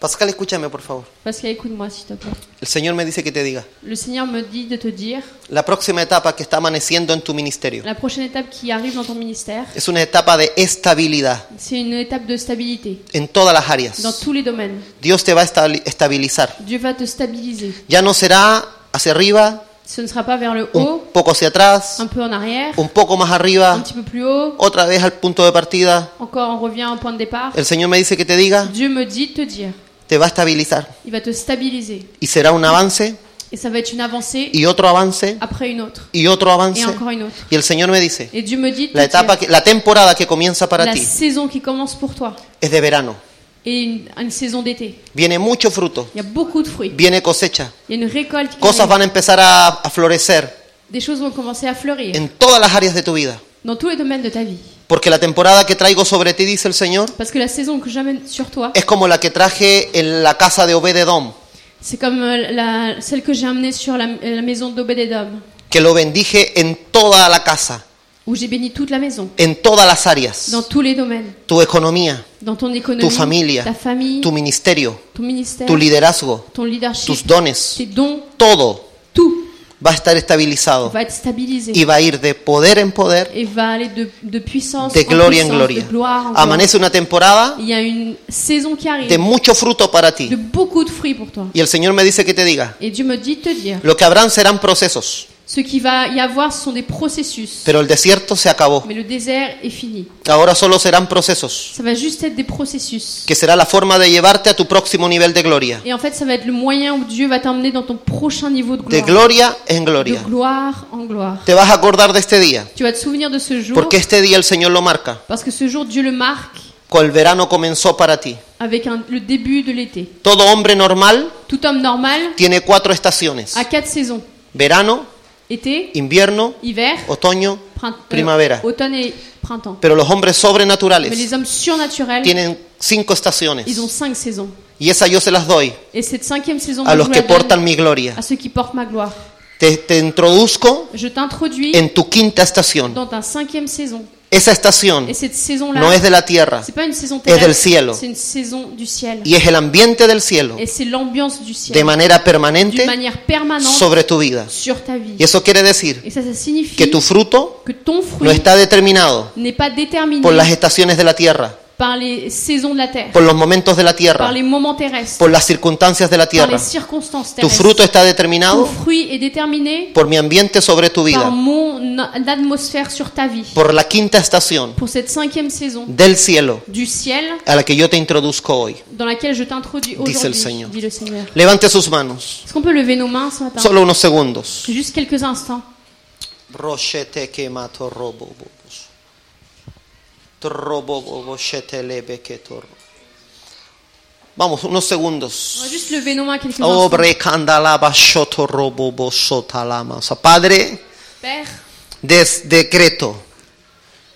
Speaker 2: Pascal, escúchame, por favor.
Speaker 3: Pascal, écoute-moi s'il te plaît.
Speaker 2: El Señor me dice que te diga,
Speaker 3: Le Seigneur me dit de te dire
Speaker 2: la próxima etapa que está amaneciendo en tu ministerio
Speaker 3: la prochaine étape qui arrive dans ton ministère,
Speaker 2: es una etapa de estabilidad
Speaker 3: c'est une étape de stabilité
Speaker 2: en todas las
Speaker 3: dans
Speaker 2: áreas.
Speaker 3: tous les domaines.
Speaker 2: Dios te va a establi- estabilizar.
Speaker 3: Dieu va te stabiliser.
Speaker 2: Ya no será hacia arriba,
Speaker 3: Ce ne sera pas vers le haut,
Speaker 2: un poco hacia atrás,
Speaker 3: un peu en arrière,
Speaker 2: un poco más
Speaker 3: un
Speaker 2: arriba,
Speaker 3: petit peu plus haut,
Speaker 2: otra vez al punto de partida.
Speaker 3: encore on revient au point de départ.
Speaker 2: El Señor me dice que te diga,
Speaker 3: Dieu me dit de te dire,
Speaker 2: te va a estabilizar.
Speaker 3: il va te stabiliser
Speaker 2: Y será un avance
Speaker 3: et ça va être une avancée
Speaker 2: y otro avance
Speaker 3: après une autre
Speaker 2: y otro
Speaker 3: et
Speaker 2: avance.
Speaker 3: encore une autre.
Speaker 2: Y el Señor me dice,
Speaker 3: Et Dieu me dit de
Speaker 2: la
Speaker 3: te
Speaker 2: etapa,
Speaker 3: dire,
Speaker 2: que, la temporada que comienza para
Speaker 3: la
Speaker 2: ti
Speaker 3: saison qui commence pour toi
Speaker 2: es de verano.
Speaker 3: et une, une saison d'été.
Speaker 2: Viene mucho fruto,
Speaker 3: Il y a beaucoup de fruits,
Speaker 2: viene cosecha.
Speaker 3: il y a une récolte, qui
Speaker 2: Cosas
Speaker 3: arrive.
Speaker 2: van a empezar a, a florecer
Speaker 3: des choses vont commencer à fleurir.
Speaker 2: en todas las áreas de tu vida.
Speaker 3: dans tous les domaines de ta vie.
Speaker 2: Porque la temporada que traigo sobre ti, dice el Señor,
Speaker 3: Parce que la saison que j'amène sur toi,
Speaker 2: es como la que traje en la casa de Obededom.
Speaker 3: C'est comme euh, la, celle que j'ai amenée sur la, euh, la maison d'Obédédom,
Speaker 2: que lo bendije en toda la casa,
Speaker 3: où j'ai béni toute la maison,
Speaker 2: en todas las áreas,
Speaker 3: dans tous les domaines,
Speaker 2: tu economía,
Speaker 3: dans ton économie,
Speaker 2: tu familia,
Speaker 3: ta famille,
Speaker 2: tu ministerio,
Speaker 3: ton ministère,
Speaker 2: tu liderazgo,
Speaker 3: ton leadership,
Speaker 2: tus dones,
Speaker 3: tes dons,
Speaker 2: todo
Speaker 3: tout
Speaker 2: va a estar estabilizado
Speaker 3: va être stabilisé
Speaker 2: y va a ir de poder en poder,
Speaker 3: et va aller de, de puissance
Speaker 2: de gloria en
Speaker 3: puissance,
Speaker 2: gloria.
Speaker 3: de gloire en gloire.
Speaker 2: Amanece una temporada
Speaker 3: Il y a une saison qui arrive
Speaker 2: de mucho fruto para
Speaker 3: de
Speaker 2: ti.
Speaker 3: beaucoup de fruits pour toi.
Speaker 2: Y el Señor me dice que te diga,
Speaker 3: Et Dieu me dit de te dire,
Speaker 2: lo que habrán serán procesos,
Speaker 3: ce qui va y avoir, ce sont des processus.
Speaker 2: pero el desierto se acabó.
Speaker 3: Mais le désert est fini.
Speaker 2: Ahora solo serán procesos,
Speaker 3: Ça va juste être des processus.
Speaker 2: que será la forma de llevarte a tu próximo nivel de gloria.
Speaker 3: Et en fait, ça va être le moyen où Dieu va t'emmener dans ton prochain niveau de
Speaker 2: De
Speaker 3: gloire.
Speaker 2: gloria en
Speaker 3: De
Speaker 2: gloria.
Speaker 3: gloire en gloire.
Speaker 2: Te vas a acordar de este día,
Speaker 3: Tu vas te souvenir de ce jour.
Speaker 2: porque este día el Señor lo marca.
Speaker 3: Parce que ce jour, Dieu le marque
Speaker 2: Cual verano comenzó para ti.
Speaker 3: avec un- le début de l'été.
Speaker 2: Todo hombre normal
Speaker 3: Tout homme normal
Speaker 2: tiene cuatro estaciones.
Speaker 3: a quatre saisons.
Speaker 2: Verano,
Speaker 3: Été,
Speaker 2: invierno,
Speaker 3: hiver,
Speaker 2: otoño,
Speaker 3: print- euh,
Speaker 2: primavera.
Speaker 3: automne et printemps.
Speaker 2: Pero los hombres
Speaker 3: Mais
Speaker 2: sobrenaturales
Speaker 3: les hommes surnaturels,
Speaker 2: tienen cinco estaciones.
Speaker 3: ils ont cinq saisons.
Speaker 2: Y esa yo se las doy
Speaker 3: Et cette cinquième saison,
Speaker 2: a
Speaker 3: je
Speaker 2: los
Speaker 3: vous
Speaker 2: que
Speaker 3: la donne
Speaker 2: portan mi gloria.
Speaker 3: à ceux qui portent ma gloire.
Speaker 2: Te, te introduzco
Speaker 3: Je t'introduis
Speaker 2: en tu quinta estación.
Speaker 3: dans ta cinquième saison.
Speaker 2: Esa estación
Speaker 3: Et cette saison-là,
Speaker 2: no es de la tierra
Speaker 3: c'est pas une saison terrestre,
Speaker 2: del cielo.
Speaker 3: c'est une saison du ciel.
Speaker 2: y es el ambiente del cielo
Speaker 3: Et c'est l'ambiance du ciel,
Speaker 2: de manera
Speaker 3: d'une
Speaker 2: permanente
Speaker 3: manière permanente
Speaker 2: sobre tu vida.
Speaker 3: sur ta vie.
Speaker 2: Y eso quiere decir
Speaker 3: Et ça, ça signifie
Speaker 2: que tu fruto
Speaker 3: que ton
Speaker 2: no
Speaker 3: fruit
Speaker 2: está determinado
Speaker 3: n'est pas déterminé
Speaker 2: por las estaciones de la tierra,
Speaker 3: par les saisons de la terre,
Speaker 2: por los momentos de la tierra,
Speaker 3: par les moments terrestres,
Speaker 2: por las circunstancias de la
Speaker 3: par les
Speaker 2: tierra.
Speaker 3: circonstances
Speaker 2: Tu fruto
Speaker 3: terrestres.
Speaker 2: está
Speaker 3: Ton
Speaker 2: determinado
Speaker 3: fruit est déterminé
Speaker 2: por mi ambiente sobre tu vida,
Speaker 3: par mon atmosphère sur ta vie.
Speaker 2: por la quinta estación
Speaker 3: Pour cette cinquième saison
Speaker 2: del cielo
Speaker 3: du ciel
Speaker 2: a la que yo te introduzco hoy.
Speaker 3: dans laquelle je t'introduis
Speaker 2: le
Speaker 3: aujourd'hui,
Speaker 2: Seigneur.
Speaker 3: dit le Seigneur.
Speaker 2: Levante sus manos,
Speaker 3: Est-ce qu'on peut lever nos mains ce matin
Speaker 2: solo unos segundos.
Speaker 3: Juste quelques instants.
Speaker 2: Roshete kemato robobobos. Troboboboshete lebeketor. Vamos, unos
Speaker 3: On va
Speaker 2: segundos.
Speaker 3: juste lever nos mains quelques
Speaker 2: Oh,
Speaker 3: instants.
Speaker 2: Obre candalaba shoto robobosotalama. O sea, Padre,
Speaker 3: Père,
Speaker 2: des- decreto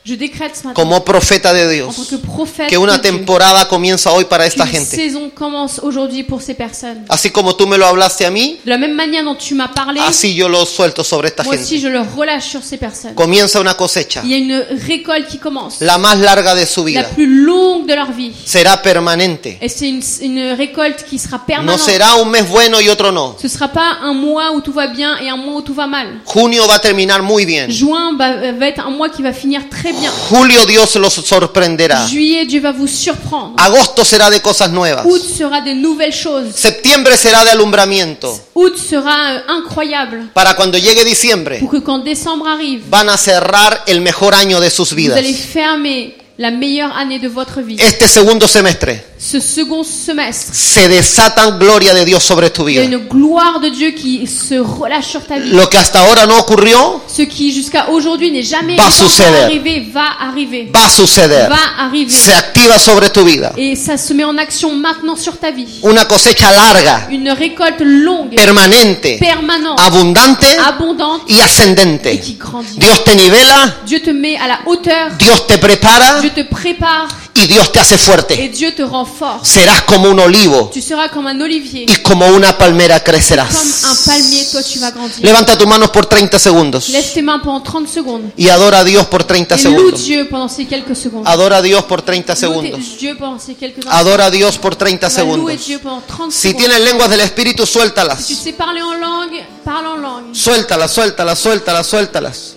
Speaker 3: je décrète ce matin,
Speaker 2: como profeta de
Speaker 3: en tant
Speaker 2: Dios
Speaker 3: que prophète,
Speaker 2: que
Speaker 3: de
Speaker 2: una
Speaker 3: Dieu,
Speaker 2: temporada comienza hoy para esta
Speaker 3: qu'une
Speaker 2: gente.
Speaker 3: saison commence aujourd'hui pour ces personnes.
Speaker 2: Así como tú me lo hablaste a mí,
Speaker 3: De la même manière dont tu m'as parlé,
Speaker 2: así yo lo suelto sobre Ah, esta
Speaker 3: moi
Speaker 2: gente.
Speaker 3: aussi je le relâche sur ces personnes.
Speaker 2: Comienza una cosecha,
Speaker 3: Il y a une récolte qui commence,
Speaker 2: la más larga de su
Speaker 3: la
Speaker 2: vida.
Speaker 3: plus longue de leur vie.
Speaker 2: Será permanente.
Speaker 3: Et c'est une, une récolte qui sera
Speaker 2: No
Speaker 3: permanente.
Speaker 2: será un mes bueno y otro no.
Speaker 3: Ce sera pas un mois où tout va bien et un mois où tout va mal.
Speaker 2: Junio va a terminar muy bien.
Speaker 3: Juin va, va être un mois qui va finir très bien.
Speaker 2: Julio Dios los sorprenderá.
Speaker 3: Juillet, Dieu va vous surprendre.
Speaker 2: Agosto será de cosas nuevas.
Speaker 3: Août sera des nouvelles choses.
Speaker 2: Septiembre será de alumbramiento.
Speaker 3: Août sera euh, incroyable
Speaker 2: Para cuando llegue diciembre
Speaker 3: pour que quand décembre arrive,
Speaker 2: van a cerrar el mejor año de sus
Speaker 3: vous
Speaker 2: vidas.
Speaker 3: allez fermer la meilleure année de votre vie.
Speaker 2: Este segundo semestre
Speaker 3: Ce second semestre,
Speaker 2: se desatan gloria de Dios sobre tu
Speaker 3: il y a
Speaker 2: vida.
Speaker 3: une gloire de Dieu qui se relâche sur ta vie.
Speaker 2: Lo que hasta ahora no ocurrió
Speaker 3: Ce qui jusqu'à aujourd'hui n'est jamais
Speaker 2: Va
Speaker 3: encore
Speaker 2: succéder.
Speaker 3: arrivé va arriver.
Speaker 2: va a suceder.
Speaker 3: Va arriver.
Speaker 2: Se activa sobre tu vida.
Speaker 3: Et ça se met en action maintenant sur ta vie.
Speaker 2: Una cosecha larga,
Speaker 3: Une récolte longue,
Speaker 2: permanente,
Speaker 3: permanente,
Speaker 2: abundante
Speaker 3: abondante
Speaker 2: y
Speaker 3: et
Speaker 2: ascendente.
Speaker 3: qui grandit.
Speaker 2: Dios te nivela,
Speaker 3: Dieu te met à la hauteur,
Speaker 2: Dios te prepara
Speaker 3: Dieu te prépare
Speaker 2: y Dios te hace
Speaker 3: et
Speaker 2: fuerte.
Speaker 3: Dieu te rend fort.
Speaker 2: Serás como un olivo
Speaker 3: Tu seras comme un olivier,
Speaker 2: y como una palmera
Speaker 3: comme un
Speaker 2: crecerás.
Speaker 3: palmier, toi tu vas grandir.
Speaker 2: Levanta tus manos por 30 segundos
Speaker 3: Lève tes mains pendant 30 secondes
Speaker 2: y adora a Dios por 30
Speaker 3: et loue
Speaker 2: segundos.
Speaker 3: Dieu pendant ces quelques secondes.
Speaker 2: Adora a Dios por 30
Speaker 3: Loue tes-
Speaker 2: segundos.
Speaker 3: Dieu pendant ces quelques instants.
Speaker 2: Adora a Dios por 30
Speaker 3: Va louer
Speaker 2: segundos.
Speaker 3: Dieu pendant 30
Speaker 2: Si
Speaker 3: secondes.
Speaker 2: tienes lenguas del Espíritu,
Speaker 3: Si tu
Speaker 2: suéltalas.
Speaker 3: sais parler en langue, parle en langue.
Speaker 2: Suéltalas, suéltalas, suéltalas, suéltalas.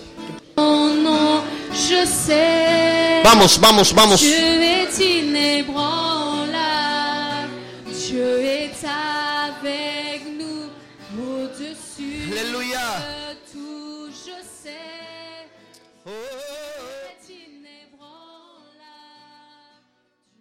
Speaker 3: Mon nom, je sais.
Speaker 2: Vamos, vamos, vamos.
Speaker 3: Dieu est inébranlable.